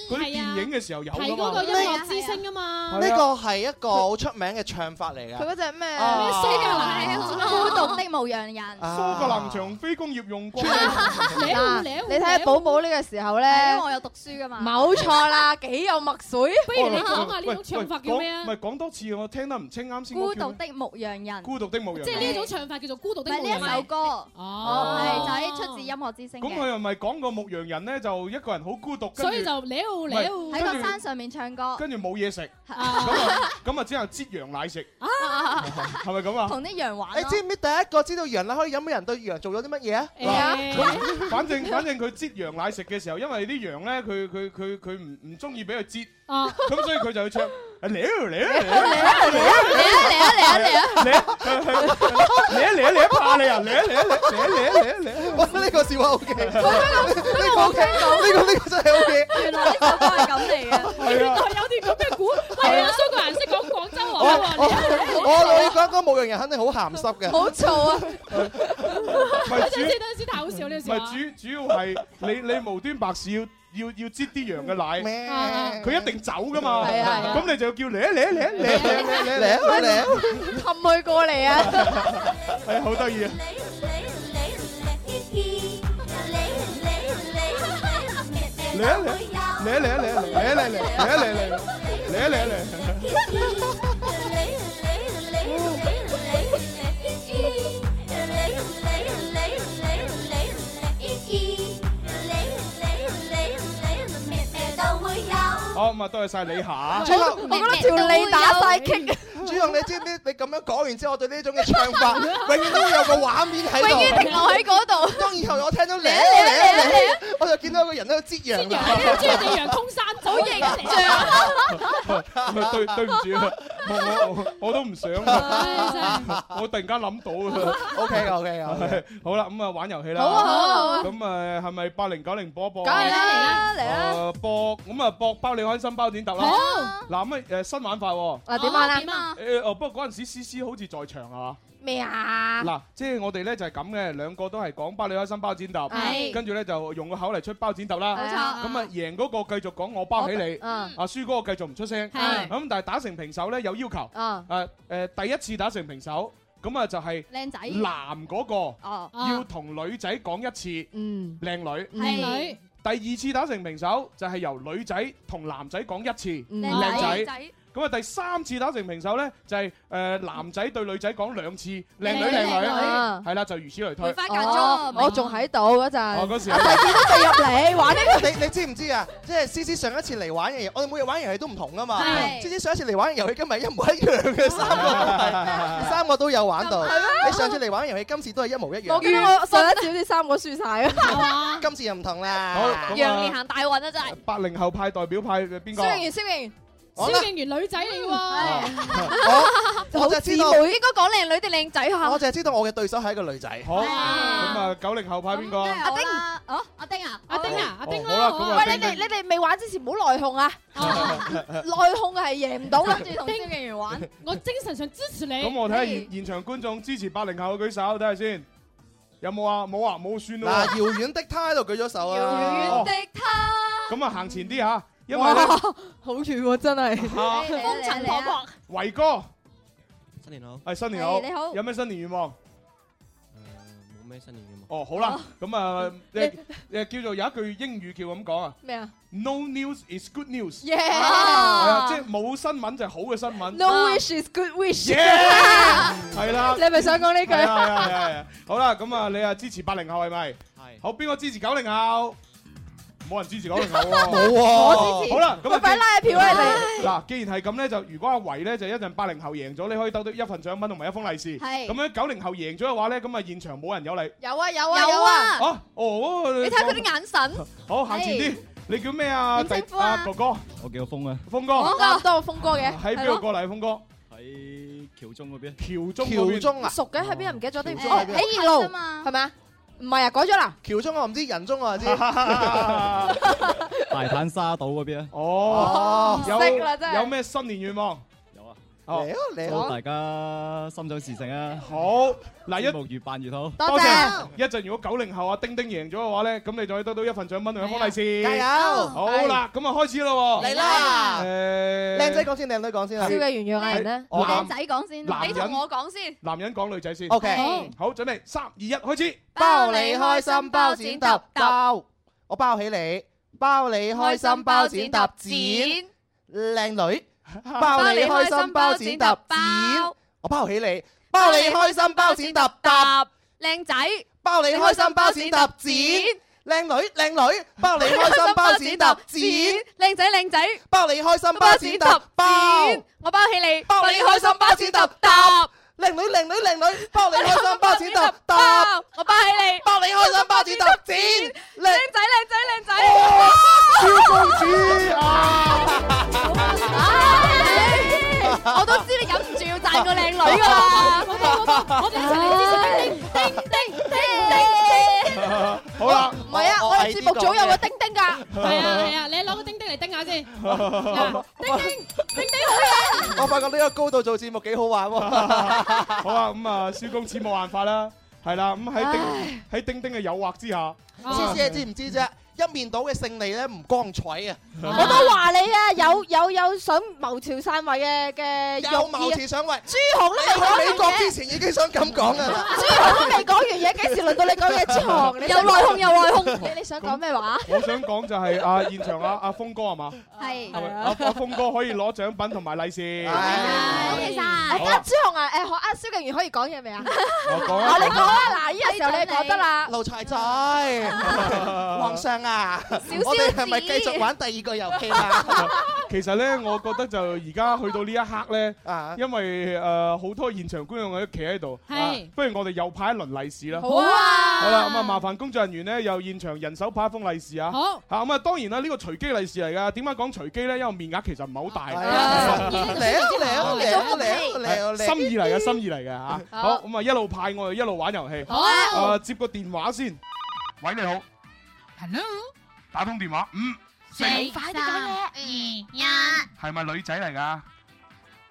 E: 啲電影嘅時候有
G: 啊睇
E: 㗎
G: 嗰
E: 嘛
G: 個。音樂之星啊嘛。
H: 呢個係一個好出名嘅唱法嚟㗎。
F: 佢嗰隻咩？
H: 啊
F: 蘇
H: 蘇格
F: 蘭
I: 孤獨的牧羊人。
E: 蘇格蘭長飛工業用光，
G: 啊
F: 嗱你睇下寶寶呢個時候咧，
I: 係因為我有讀書㗎嘛。
F: 冇錯啦，幾有墨水。
I: 不
E: 唔係講多次，我聽得唔清啱先。
I: 孤獨的牧羊人。
E: 孤獨的牧羊人，
G: 即係呢一種唱法叫做孤獨
I: 唔
G: 的
I: 係
G: 牧羊
I: 呢一首
G: 人。
I: 歌，哦，係就係出自音樂之星
E: 咁佢
I: 嘅，
E: 又咪講個牧羊人咧，就一個人好孤獨，跟
I: 所以
E: 住
I: 就撩
E: 撩
I: 撩喺個山上面唱歌，
E: 跟住冇嘢食，咁 啊咁啊只能擠羊奶食， 係咪咁啊？
I: 同啲羊玩
H: 你知唔知第一個知道羊奶可以飲嘅人對羊做咗啲乜嘢啊？
E: 咁反正反正佢擠羊奶食嘅時候，因為啲羊咧，佢佢佢佢唔唔中意俾佢擠，
G: 哦
E: 咁所以佢就去唱。誒啊嚟啊嚟啊
C: 嚟啊嚟啊嚟啊嚟啊嚟
E: 嚟
C: 啊嚟啊
E: 啊嚟啊嚟啊嚟啊怕你啊嚟啊嚟啊嚟啊嚟啊嚟啊嚟啊！
H: 我覺得呢個笑話 O K，呢個
C: 我
H: O K，
C: 聽到
H: 呢個呢個真係 O K。
C: 原來呢首歌係咁
H: 嚟嘅
G: 原來有啲咁嘅估，係啊，蘇格蘭識講廣州
H: 我
G: 話喎，嚟
H: 我
G: 啊嚟啊
H: 我我要講講牧羊人肯定好鹹濕嘅，
G: 冇錯啊
E: 咪
G: 等陣
E: 主
G: 先，等陣先，太好笑呢
E: 唔
G: 個笑話。
E: 係主主要係你你無端白事要要要擠啲羊嘅奶，佢一定走噶嘛，
F: 係啊係啊
E: 咁你就叫嚟啊嚟啊嚟啊嚟啊嚟啊嚟啊
F: 喂
E: 嚟啊！
F: 氹佢過嚟啊！
E: 係好得意啊！嚟啊嚟啊嚟啊嚟啊嚟啊嚟啊嚟啊嚟啊嚟啊嚟啊嚟啊嚟啊嚟啊嚟啊嚟啊嚟啊！好咁啊，多謝晒你下。
H: 朱紅，
F: 棘。
H: 朱紅，你知唔知你咁樣講完之後，我對呢種嘅唱法，永遠都會有個畫面喺度，
C: 永遠停留 喺嗰
H: 度。當以後我聽到嚟
C: 嚟啊嚟啊嚟啊嚟
H: 嚟，我就見到有個人喺度擠羊啦。
G: 中意隻羊通山走，
C: 好形象
E: 對對唔住啊，我我我都唔想 啊，我突然間諗到啊。
H: OK 嘅，OK 嘅。
E: 好啦，咁啊玩遊戲啦。
H: 好啊好啊好啊
E: 咁誒係咪八零九零波一波？
H: 梗係啦嚟啦嚟啦
E: 誒博咁啊博包你開心包點揼啦。
H: 好。
E: 嗱咁啊誒新玩法喎。
F: 嗱點玩啊哦點啊
E: 誒哦，不過嗰陣時 C C 好似在場係嘛？
F: 咩啊？
E: 嗱，即係我哋咧就係咁嘅，兩個都係講包你開心包剪揼，
F: 係
E: 跟住咧就用個口嚟出包剪揼啦。
F: 冇錯
E: 咁啊，贏嗰個繼續講我包起你，
F: 我嗯
E: 啊輸嗰個繼續唔出聲。
F: 係
E: 咁，但係打成平手咧有要求。
F: 啊
E: 誒誒，第一次打成平手，咁啊就係
F: 靚仔
E: 男嗰個
F: 哦
E: 要同女仔講一次，
F: 嗯，
E: 靚女，
F: 係靚女。
E: 第二次打成平手就係由女仔同男仔講一次，
F: 嗯
E: 靚
F: 靚
E: 仔
F: 仔。
E: 咁啊，第三次打成平手咧，就係誒男仔對女仔講兩次，靚女
F: 靚女
E: 靚女
F: 靚，女
E: 係啦，就如此類推。
F: 哦我仲喺度嗰陣，
E: 哦嗰時
F: 我睇見都未入嚟玩呢
H: 你你知唔知啊？即係思思上一次嚟玩嘅嘢，我哋每日玩嘅遊戲都唔同噶嘛。
F: 係
H: 思思上一次嚟玩嘅遊戲，今日一模一樣 嘅三個都係，三個都有玩到。你上次嚟玩嘅遊戲，今次都係一模一樣。
F: 我見到我上一次啲三個輸晒啊！
H: 今次又唔同啦。
E: 好咁啊羊年行
F: 大運啊真係。
E: 八零後派代表派嘅邊個？
F: 蕭敬元，蕭敬元，
E: 我啦
F: 敬元女仔嚟
E: 哦
F: 喎。
H: 我我就知道，
J: 應該講靚女定靚仔嚇
H: 我。就係知道我嘅對手係一個女仔。
E: 好，
F: 哎
E: 咁啊九零後派邊個？
F: 阿丁，哦，阿丁啊，阿丁啊，阿
E: 丁啦好啦咁啊
F: 喂，你哋
E: 丁
F: 你哋未玩之前唔好內控啊，內控係贏唔到嘅，
G: 跟住同蕭敬元玩，我精神上支持你。
F: 哎
E: 咁我睇下現現場觀眾支持八零後嘅舉手，睇下先有冇啊？冇啊，冇算啦
H: 嗱，。遙遠的他喺度舉咗手啊！
E: 哦咁啊，行前啲嚇，因為咧
F: 哇哎好遠喎，真係
E: 啊
F: 風塵仆仆。
E: 維哥哎
K: 新年好，
E: 係新年好，
F: 哎係你好
E: 有咩新年願望？
K: 冇咩新年願望。
E: 哦，好啦，咁啊，誒誒叫做有一句英語叫咁講啊。
F: 咩啊？
E: No news is good news。
F: Yeah
E: 係啊，即係冇新聞就係好嘅新聞。
F: No wish is good wish。
E: Yeah！係啦。
F: 你係咪想講呢句
E: 係啊係啊係啊係啊好啦，咁啊，你啊支持八零後係咪？係。好，邊個支持九零後？冇人支持九零後喎。
H: 冇喎我支持
E: 好啦，咁啊，
H: 喂快拉下票啊你
E: 嗱，既然係咁咧，就如果阿維咧就一陣八零後贏咗，你可以得到一份獎品同埋一封利是。
F: 係
E: 咁樣九零後贏咗嘅話咧，咁啊現場冇人有禮。
F: 有啊有啊
J: 有啊
E: 啊，哦，
J: 你睇下佢啲眼神，
E: 好，行前啲。你叫咩啊？
J: 點稱
E: 弟
J: 呼啊
E: 哥哥，
K: 我叫峰啊，
E: 峰哥。
F: 咁多個峰哥嘅，
E: 喺邊度過嚟？峰哥
K: 喺橋中嗰邊。
E: 橋中嗰邊
H: 橋 中啊，
F: 熟嘅喺邊啊唔記得咗啲
H: 橋中喺邊啊
F: 喺二路係咪啊？唔係啊，改咗啦。
H: 橋中我唔知，人中我就 知。
K: 大坦沙島嗰邊啊。
E: 哦
H: 唔識啦真
E: 有
H: 係
E: 有咩新年願望？有啊，
H: 嚟啊嚟
K: 祝大家心想事成啊！
E: 好，嗱一
K: 目越辦越好。
E: 多謝。一陣如果九零後啊丁丁贏咗嘅話咧，咁你就可以得到一份獎品同一封利是。
H: 哎加油
E: 好啦，咁啊開始啦喎。
H: 嚟啦
E: 誒，
H: 靚仔講先，靚女講先啊！
E: 蕭敬元讓藝人咧我男
J: 講先
E: 男
J: 你
E: 人
J: 同我講先。
E: 男人講女仔先。
H: OK
E: 好，準備三二一，開始。
H: 包你開心，包剪揼包，我包起你，包你開心，包剪揼剪，靚女，包你開心，包剪揼剪，我包起你，包你開心，包剪揼揼，
J: 靚仔，
H: 包你開心，包剪揼剪，靚女，靚女，包你開心，包剪揼剪，
J: 靚仔靚仔，
H: 包你開心，包剪揼包。
J: 我包起你，
H: 包你開心，包剪揼揼。靚女靚女靚女，包你開心，包剪揼揼。
J: 我包起你，
H: 包你開心，包剪揼剪。靚
J: 仔靚仔靚仔。
H: 小公主啊！
J: 唉扮個靚女㗎啦！
G: 我哋我哋我哋一齊嚟知識叮叮叮叮叮叮。
E: 好啦，
F: 唔係啊，我哋節目組有個叮叮㗎，
G: 係啊係啊，你攞個叮叮嚟叮下先。
H: 我發覺呢個高度做節目幾好玩喎。
E: 好啊，咁啊，蕭公子冇辦法啦，係啦，咁喺丁喺丁丁嘅誘惑之下，啊
H: 思思，你知唔知啫？一面倒嘅勝利咧，唔光彩啊！
F: 我都話你啊，有有有想謀朝篡位嘅嘅
H: 有
F: 慾意
H: 謀朝篡位
F: 朱紅都未講
H: 你去美國
F: 完嘢
H: 之前已經想咁講㗎啦
F: 朱紅都未講完嘢，幾時輪到你講嘢？朱紅，你
J: 又內訌又內訌
F: 你你想講咩話？
E: 我想講就係啊，現場啊，阿峰哥係嘛？
F: 係
E: 係咪阿阿峰哥可以攞獎品同埋利是。
F: 多
E: 謝
F: 誒，
E: 好
F: 阿
E: 啊
F: 朱紅啊，誒，可阿蕭敬元可以講嘢未啊？
E: 我講啊
F: 啊，你講啦，嗱，呢個時候你講得啦。
H: 奴才仔，皇上啊，
F: 小
H: 我哋
F: 蕭
H: 係咪
F: 子
H: 繼續玩第二個遊戲啦？
E: 其實咧，我覺得就而家去到呢一刻咧，
H: 啊
E: 因為誒好多現場觀眾都企喺度，
H: 係
E: 啊不如我哋又派一輪利是啦。
H: 好啊
E: 好啦，咁啊，麻煩工作人員咧，又現場人手派一封利是啊。
H: 好
E: 嚇咁啊，當然啦，呢個隨機利是嚟㗎。點解講隨機咧？因為面額其實唔係好大。
H: 啊嚟啊嚟啊嚟啊嚟啊嚟啊嚟啊
E: 心意嚟嘅，心意嚟嘅嚇。
H: 好
E: 好，咁啊，一路派我哋一路玩遊戲。
P: 好啊
E: 誒，接個電話先。
P: 喂，你好。
M: Hello，
P: 打通嗯電話，五
M: 快啲講嘢，二一，
P: 係咪女仔嚟㗎？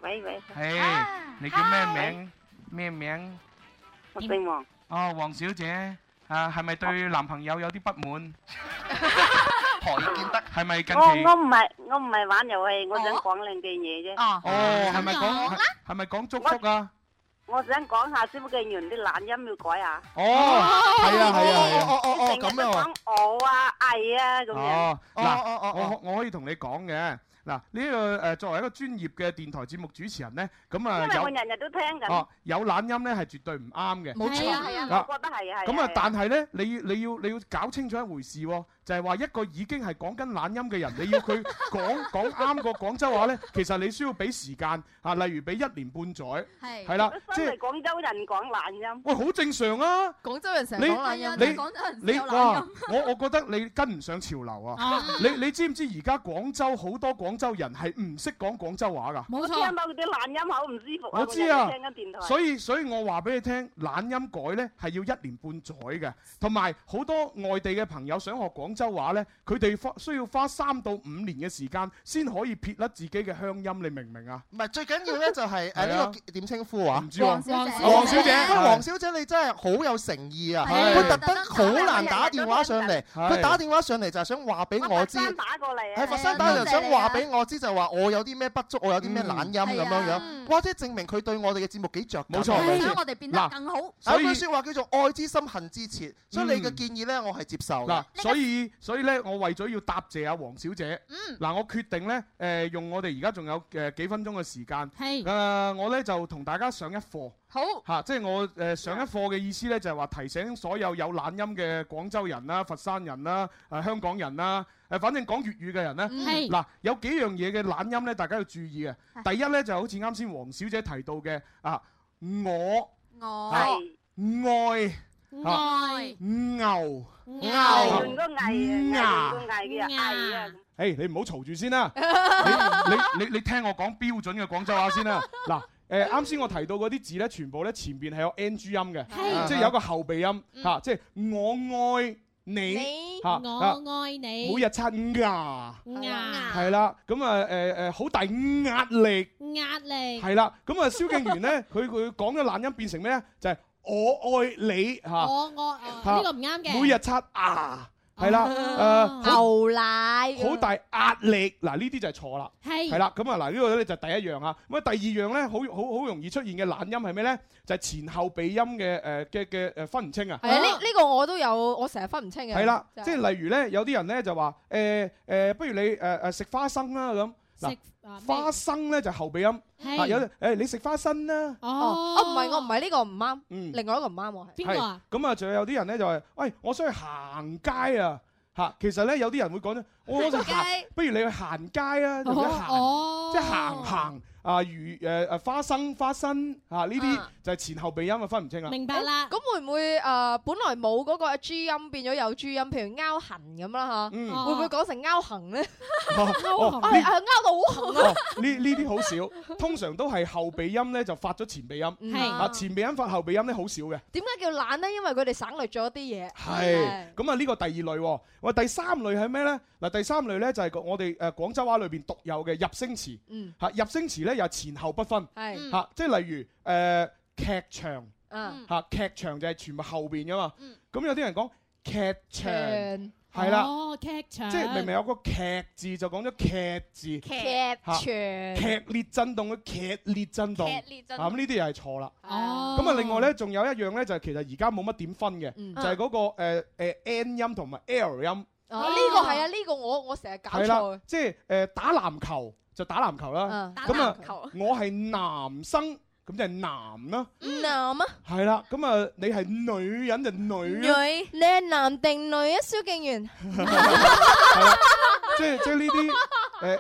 N: 喂喂，
P: 係，
H: 啊
P: 你叫咩名？咩名？
N: 我姓黃，
E: Ờ,
P: 哦，黃小姐，
E: À,
P: 啊，係咪對男朋友有啲不滿？何以見得？係咪近
N: 我我
P: 期？
N: 唔係我唔係玩遊戲，我想講兩句嘢啫。
E: Ờ.
P: 哦係咪講係咪講祝福
E: à?
P: 啊？
N: 我想講下蕭敬元啲懶音要改下。
E: Ờ,
P: 哦，係啊，係
E: à,
P: 啊，係啊。
H: 哦哦
N: 哦，咁樣。講我啊，藝啊咁樣
E: 哦。，
H: Ờ,
E: 嗱，我我可以同你講嘅。嗱，呢個誒作為一個專業嘅電台節目主持人咧，咁啊
N: 因為我
E: 有
N: 日日都聽緊。
E: 哦有懶音咧係絕對唔啱嘅。
N: 冇錯係啊係啊我覺得係啊係啊
E: 咁
N: 係啊
E: 啊，但係咧，你要你要你要搞清楚一回事喎，就係話一個已經係講緊懶音嘅人，你要佢 講講啱個廣州話咧，其實你需要俾時間啊，例如俾一年半載，係啦，即
N: 身為
E: 係
N: 廣州人講懶音。
E: 喂好正常啊。
N: 廣州人
E: 你你你
N: 懶
E: 哇！我我覺得你跟唔上潮流
G: 哦 Ờ,
E: 啊
N: 啊！
E: 你你知唔知而家廣州好多廣州人係唔識講廣州話㗎？
G: Ờ.
N: 我聽到佢啲懶音好唔舒服啊。
E: 我知啊
N: 每日都聽緊電台。
E: 所以所以我話俾你聽，懶音改呢係要一年半載嘅，同埋好多外地嘅朋友想學廣州話呢，佢哋花需要花三到五年嘅時間先可以撇甩自己嘅鄉音，你明唔明啊？
H: 唔係最緊要咧，就係誒
E: 係啊
H: 呢個點稱呼啊？
E: 唔知喎黃小姐
H: 哦黃小姐，
E: 係
H: 黃小姐你真係好有誠意啊！
E: 係
H: 佢特登好難打電話上嚟，
E: 係
H: 佢打電話上嚟就係想話俾我知。
N: 打過嚟啊。
H: 喺佛山打就想話俾我知，就話我有啲咩不足，我有啲咩懶音咁樣樣。哇！即係證明佢對我哋嘅節目幾着緊。
E: 冇錯係
M: 想我哋變得更好。
H: 有句説話叫做愛之深，恨之切。所以你嘅建議咧，我係接受
E: 嗱
H: 嘅。，
E: 所以所以咧，我為咗要答謝阿黃小姐，嗱，我決定咧，誒，用我哋而家仲有誒幾分鐘嘅時間，
G: 係
E: 誒，呃我咧就同大家上一課，
G: 好
E: 嚇，即係我誒上一課嘅意思咧，就係話提醒所有有懶音嘅廣州人啦、佛山人啦、誒香港人啦，誒反正講粵語嘅人咧，
C: 嗯係
E: 嗱，有幾樣嘢嘅懶音咧，大家要注意嘅。第一咧就好似啱先黃小姐提到嘅啊，我啊愛啊
N: 愛
E: 牛
N: 牛
E: 啊
G: Ờ.
N: 換個藝啊，換個藝嘅藝啊。
E: 誒，哎你唔好嘈住先 啦，你你你你聽我講標準嘅廣州話 先啦。嗱，誒啱先我提到嗰啲字咧，全部咧前邊係有 ng 音嘅，啊
G: 係嗯
E: 即係有個後鼻音嚇，即係我愛你嚇，啊
G: 我愛你。
E: 每日刷牙，
G: 壓
E: 係啦，咁啊誒誒好大壓力，
G: 壓力
E: 係啦，咁啊蕭敬元咧， 佢佢講嘅懶音變成咩咧？就係我愛你嚇，
G: 我我我
E: 嚇
G: 呢個唔啱嘅。
E: 每日刷牙，
G: Ờ.
E: 係啦，誒
F: Ờ.
E: 好
F: 牛奶
E: 好大壓力，嗱呢啲就係錯啦，
G: 係
E: 係啦，咁啊嗱呢個咧就係第一樣啊，咁啊第二樣咧好好好容易出現嘅懶音係咩咧？就係前後鼻音嘅誒嘅嘅誒分唔清啊，
G: Ờ.
F: 係啊，呢呢個我都有，我成日分唔清嘅。
E: 係啦，
F: 真
E: 即係例如咧有啲人咧就話誒誒，不如你誒誒食花生啦咁，嗱
G: ờ,
E: 花生咧就後鼻音，
F: 係
E: 啊有啲誒你食花生啦，
G: Ờ.
F: 哦，哦唔係，我唔係呢個唔啱，另外一個唔啱喎。係
E: 係？咁啊，仲有啲人咧就係，喂，我想去行街啊！嚇，其實咧 有啲人會講咧，我我就行
F: 行街，
E: 不如你去行街啊，或者
F: 哦
E: 行，即係行行啊魚誒誒花生花生嚇呢啲就係前後鼻音啊分唔清啦。
F: 誒咁會唔會誒本來冇嗰個 G 音變咗有 G 音，譬如拗痕咁啦
E: 嗯
G: Ờ.
F: 嚇，會唔會講成拗痕咧？
E: 哦 哦
F: 哎呀拗到好痕
E: 哦
F: 啊！，
E: 呢呢啲好少，通常都係後鼻音咧就發咗前鼻音，
F: 係
E: 啊前鼻音發後鼻音咧好少嘅。
F: 點解叫懶咧？因為佢哋省略咗啲嘢。
E: 係，咁啊呢個第二類喎，喂第三類係咩呢？嗱第三類呢，就係個我哋誒廣州話裏邊獨有嘅入聲詞，
F: 嗯
E: 嚇入聲詞呢，又係前後不分，
B: Ừ.
F: 係
E: 嚇即係例如誒劇場，
B: Ờ. Ừ.
F: 嗯
E: 嚇劇場就係全部後邊噶嘛，咁有啲人講嗯劇場
G: 場
E: 係啦。
G: 哦，劇場，
E: 即係明明有個劇字就講咗劇字，
G: 劇
E: 嚇
G: 場
E: 劇烈震動嘅劇烈震動，
G: 劇烈震動
E: 啊咁呢啲又係錯啦。
G: 哦，
E: 咁啊，另外咧，仲有一樣咧，就係其實而家冇乜點分嘅，
F: 嗯
E: 就係嗰個誒誒 N 音同埋 L 音，
F: 哦，呢個係啊，呢個我我成日搞錯
E: 係
F: 嘅
E: 啦。，即係誒打籃球就打籃球啦
F: 嗯，打
E: 咁啊
F: 籃球，
E: 我係男生，咁就係男啦，
F: 男啊，
E: 係啦，咁啊，你係女人就女啦，
F: 你係男定女啊？蕭敬 元，
E: 即係即係呢啲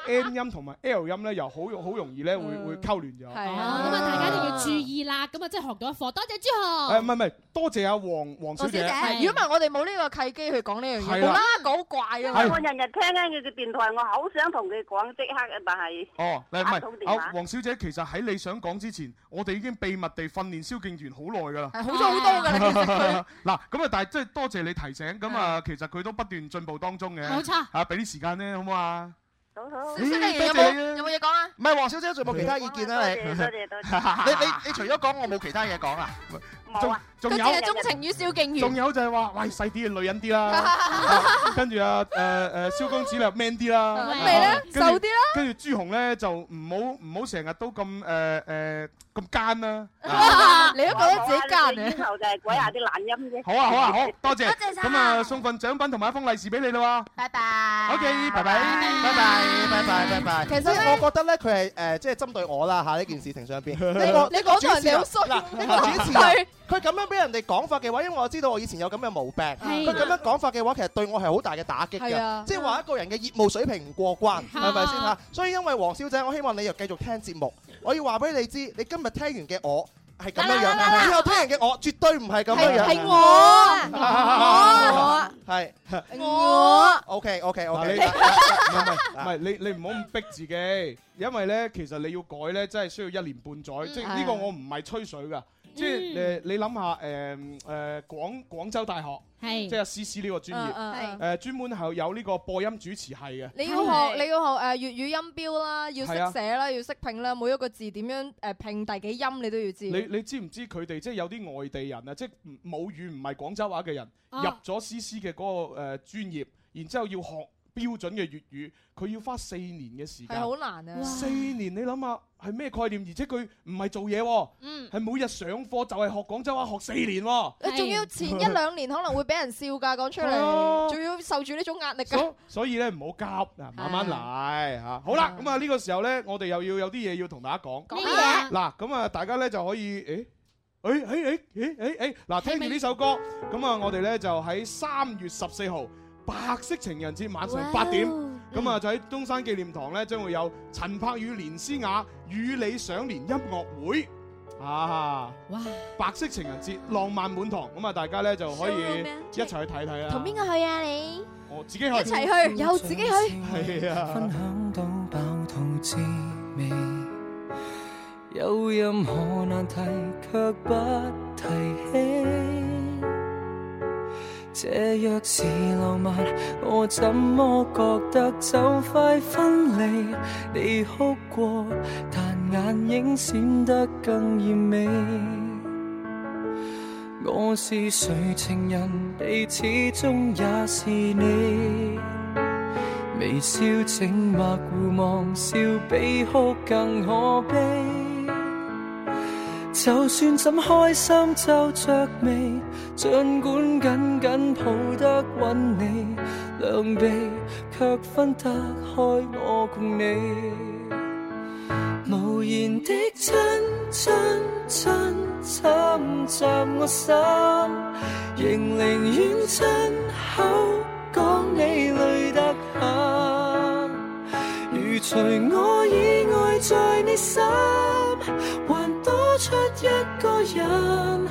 E: 誒 N 音同埋 L 音咧，又好好容易咧會會溝亂咗。
G: 嗯係啊，咁啊，大家一定要注意啦。咁啊，即係學到一課，多謝
E: 誒唔
G: 朱
E: 係唔係，多謝阿黃黃小
F: 黃小
E: 姐。
F: 姐，如果唔係我哋冇呢個契機去講呢樣
E: 係
F: 嘢，
E: 啦
F: 無啦啦講怪啊嘛
E: 係
N: 我日日聽緊佢嘅電台，我好想同佢講即刻，但係
E: 哦，嗱
N: 打唔
E: 唔係，
N: 到電
E: 啊
N: 話。
E: 黃小姐，其實喺你想講之前，我哋已經秘密地訓練蕭敬元好耐 㗎啦，
F: 係好咗好多㗎啦其實佢
E: 嗱，咁啊，但係即係多謝你提醒，咁啊，其實佢都不斷進步當中嘅，
F: 冇錯
E: 啊，俾啲時間咧，好唔好啊？
F: 蕭
H: 小姐你有冇有冇嘢講啊？唔係黃小姐，仲有冇其他意見啊？你
E: 多謝多謝多 謝
H: 你你你除咗講，我冇其他嘢講啊。
N: à.
E: 仲仲有，
H: 於蕭敬
E: 仲有就係話，喂細啲嘅女人啲啦，啊跟住啊誒誒蕭公子咧 man 啲啦，
F: 咁你呢
E: 啊跟住
F: 瘦啲啦
E: 跟住朱紅咧就唔好唔好成日都咁誒誒咁奸啦。
F: 你都覺得
N: à,
F: 自己奸啊
N: 以後就係改下啲懶音啫。
E: 好啊好啊好，多謝。
N: 多謝晒
E: 咁啊，送份獎品同埋一封利是俾你啦
B: 拜拜。
E: 喎。OK，拜拜，拜
H: 拜拜拜拜拜。
F: 其實
H: 即係
F: 呢
H: 我覺得咧，佢係誒即係針對我啦嚇呢件事情上邊。
F: 你
H: 呢個
F: 你
H: 呢
F: 講
H: 個主
F: 到人
H: 持
F: 哋
H: 人
F: 好衰
H: 嗱，呢個主持人佢咁樣俾人哋講法嘅話，因為我知道我以前有咁嘅毛病。佢咁樣講法嘅話，其實對我係好大嘅打擊
F: 啊係啊
H: 嘅。即係話一個人嘅業務水平唔過關，係咪先嚇
F: 啊？
H: 所以因為黃小姐，我希望你又繼續聽節目。我要話俾你知，你今日聽完嘅我。係咁樣
F: 啦啦啦啦
H: 樣，以後聽人嘅我絕對唔係咁樣樣。
F: 係係我啊
H: 啊啊
F: 我啊
H: 係
F: 我
H: OK OK
E: 嗱
H: OK
E: 你。唔係 唔係，你你唔好咁逼自己，因為咧其實你要改咧，真係需要一年半載，即係呢個我唔係吹水噶。即係誒，你諗下誒誒廣廣州大學，
G: 係
E: 即係 C C 呢個專
F: 嗯嗯
E: 業，誒專門係有呢個播音主持系嘅。
F: 你要學你要學呃誒粵語音標啦，要
E: 係啊
F: 識寫啦，要識拼啦，每一個字點樣誒拼第幾音你都要知。
E: 你你知唔知佢哋即係有啲外地人啊，即係唔母語唔係廣州話嘅人，
F: 啊
E: 入咗 C C 嘅嗰個誒專業，然之後要學標準嘅粵語，佢要花四年嘅時間。
F: 係好難啊！
E: 四年你諗下係咩概念？而且佢唔係做嘢喎，
F: 嗯
E: 係每日上課就係學廣州話學四年 喎。
F: 你仲要前一兩年可能會俾人笑㗎，講出
E: 係啊
F: 嚟，仲要受住呢種壓力㗎
E: 所。所以咧唔好急，
F: 啊
E: 嗱慢慢嚟嚇。好啦，咁啊呢個時候咧，我哋又要有啲嘢要同大家講。講
F: 嘢
E: 嗱，咁啊大家咧就可以誒。誒誒誒誒誒誒！嗱，聽住呢首歌，咁啊，我哋咧就喺三月十四號白色情人節晚上八點，咁啊就喺中山紀念堂咧，將會有陳柏宇、連詩雅與你相連音樂會啊！
G: 哇！
E: 白色情人節浪漫滿堂，咁啊大家咧就可以一齊去睇睇啦。
F: 同邊個去啊你？
E: 我自己去，
F: 一齊去，又自己去。
E: 係啊。
C: 分享到飽肚滋味，有任何難題卻不提起。這若是浪漫，我怎麼覺得就快分離？你哭過，但眼影閃得更豔美。我是誰情人，你始終也是你。微笑靜默互望，笑比哭更可悲。就算怎開心皺着眉，儘管緊緊抱得穩你，兩臂卻分得開我共你。無言的親親親侵襲我心，仍寧願親口講你累得很。如除我以外，在你
O: 開心，還多出一個人。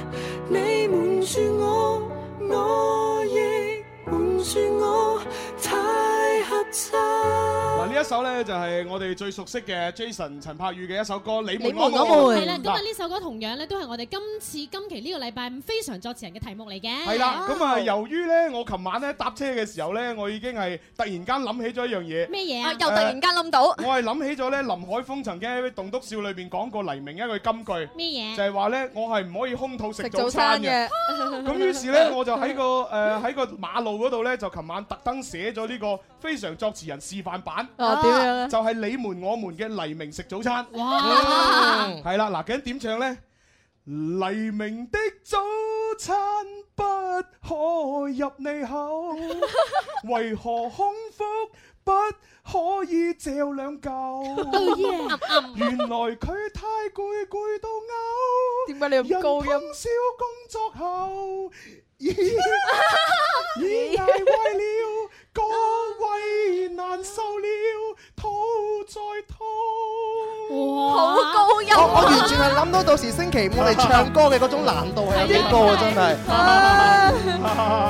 O: 你瞞住我，我亦瞞住我，太合襯。
E: 嗱呢一首咧就係我哋最熟悉嘅 Jason 陳柏宇嘅一首歌《你
G: 你
E: 們我們》。
G: 係啦，今日呢首歌同樣咧都係我哋今次今期呢個禮拜五非常作詞人嘅題目嚟嘅。
E: 係啦，咁啊，由於咧，我琴晚咧搭車嘅時候咧，我已經係突然間諗起咗一樣嘢。
G: 咩嘢啊啊
J: 又突然間
E: 諗到。我係諗起咗咧，林海峰曾經喺《棟篤笑》裏邊講過黎明一句金句。
G: 咩嘢
E: 就係話咧，我係唔可以空肚食
F: 食
E: 早
F: 早
E: 餐
F: 餐
E: 嘅
F: 嘅。
E: 咁於是咧，我就喺個 誒喺個馬路嗰度咧，就琴晚特登寫咗呢個非常作詞人示範版。
F: 哦點樣
E: 就係你們我們嘅黎明食早餐。
F: 哇
E: 嗯係啦，嗱，究竟點唱咧？黎明的早餐不可入你口，為何空腹不可以嚼兩嚿
C: yeah？
E: 原來佢太攰，攰到嘔。
F: 點解你咁高音
E: 人通宵工作後，已已捱壞了，個胃難受了，肚再痛。
H: 哇我我
F: 啊
H: 完全係諗到到時星期五我哋唱歌嘅嗰種難度係有幾高啊！真係。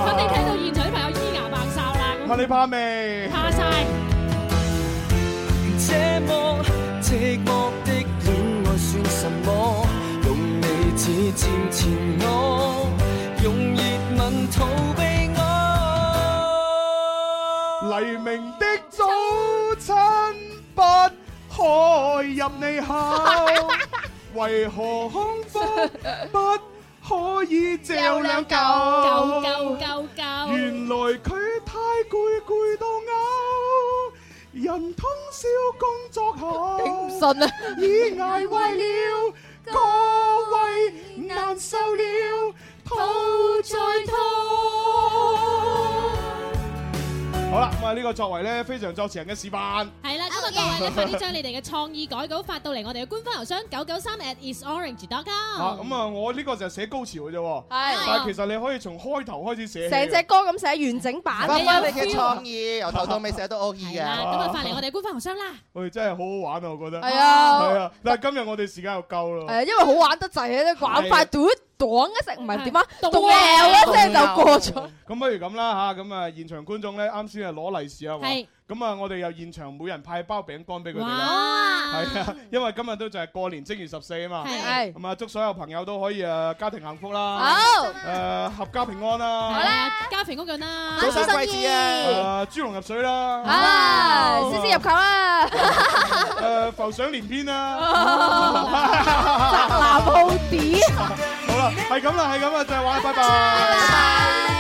G: 我哋睇到現場啲朋友依牙爆哨啦，
E: 問你怕未？
G: 怕晒。
O: 這麼寂寞的戀愛算什麼？用你指尖纏我，用熱吻逃避我。
E: 黎明的早餐不可入你口，為何空腹不可以嚼兩
G: 夠
E: 嚿
G: 夠？夠夠！
F: 哦
E: 原來佢太攰，攰到嘔。人通宵工作後，頂唔
F: 順啊！
E: 已捱壞了，個胃難受了，肚再痛。好啦，咁啊呢個作為咧非常作詞人嘅示範。
G: 係啦，咁啊各位咧，快啲將你哋嘅創意改稿發到嚟我哋嘅官方郵箱九九三 at
F: 哦
G: isorange.com。
E: 啊，咁啊，我呢個就係寫高潮嘅啫喎，但係其實你可以從開頭開始寫起嘅，
F: 成隻歌咁哦寫完整版，
H: 發揮你嘅創意，由頭到尾寫都 O K 嘅。
E: 咁啊發嚟
G: 我哋官方郵箱啦。
E: 喂，真係好好玩啊，我覺得。
F: 係啊
E: 係啊，但係今日我哋時間又夠啦。
F: 誒，呃因為好玩得滯啊，玩快嘟擋一聲，唔係點啊，動一聲就過咗。
E: 咁不如咁啦吓，咁啊現場觀眾咧，啱先係攞利是啊嘛
F: 係。
E: 咁啊，我哋又現場每人派包餅乾俾佢哋啦。
C: 哇
E: 係啊，因為今日都就係過年正月十四啊嘛。
C: 係
E: 咁啊，祝所有朋友都可以誒家庭幸福啦。
F: 啊
G: 好
E: 誒合家平安啦。
G: 好啦，家平屋潤啦，
E: 早生貴子啊！誒豬籠入水啦。
F: 啊，先先入球啦，
E: 誒呃浮想聯翩
F: 哦
E: 啦。
F: 宅男好啲。
E: 好啦，係咁啦，係咁啦，就係玩，拜拜。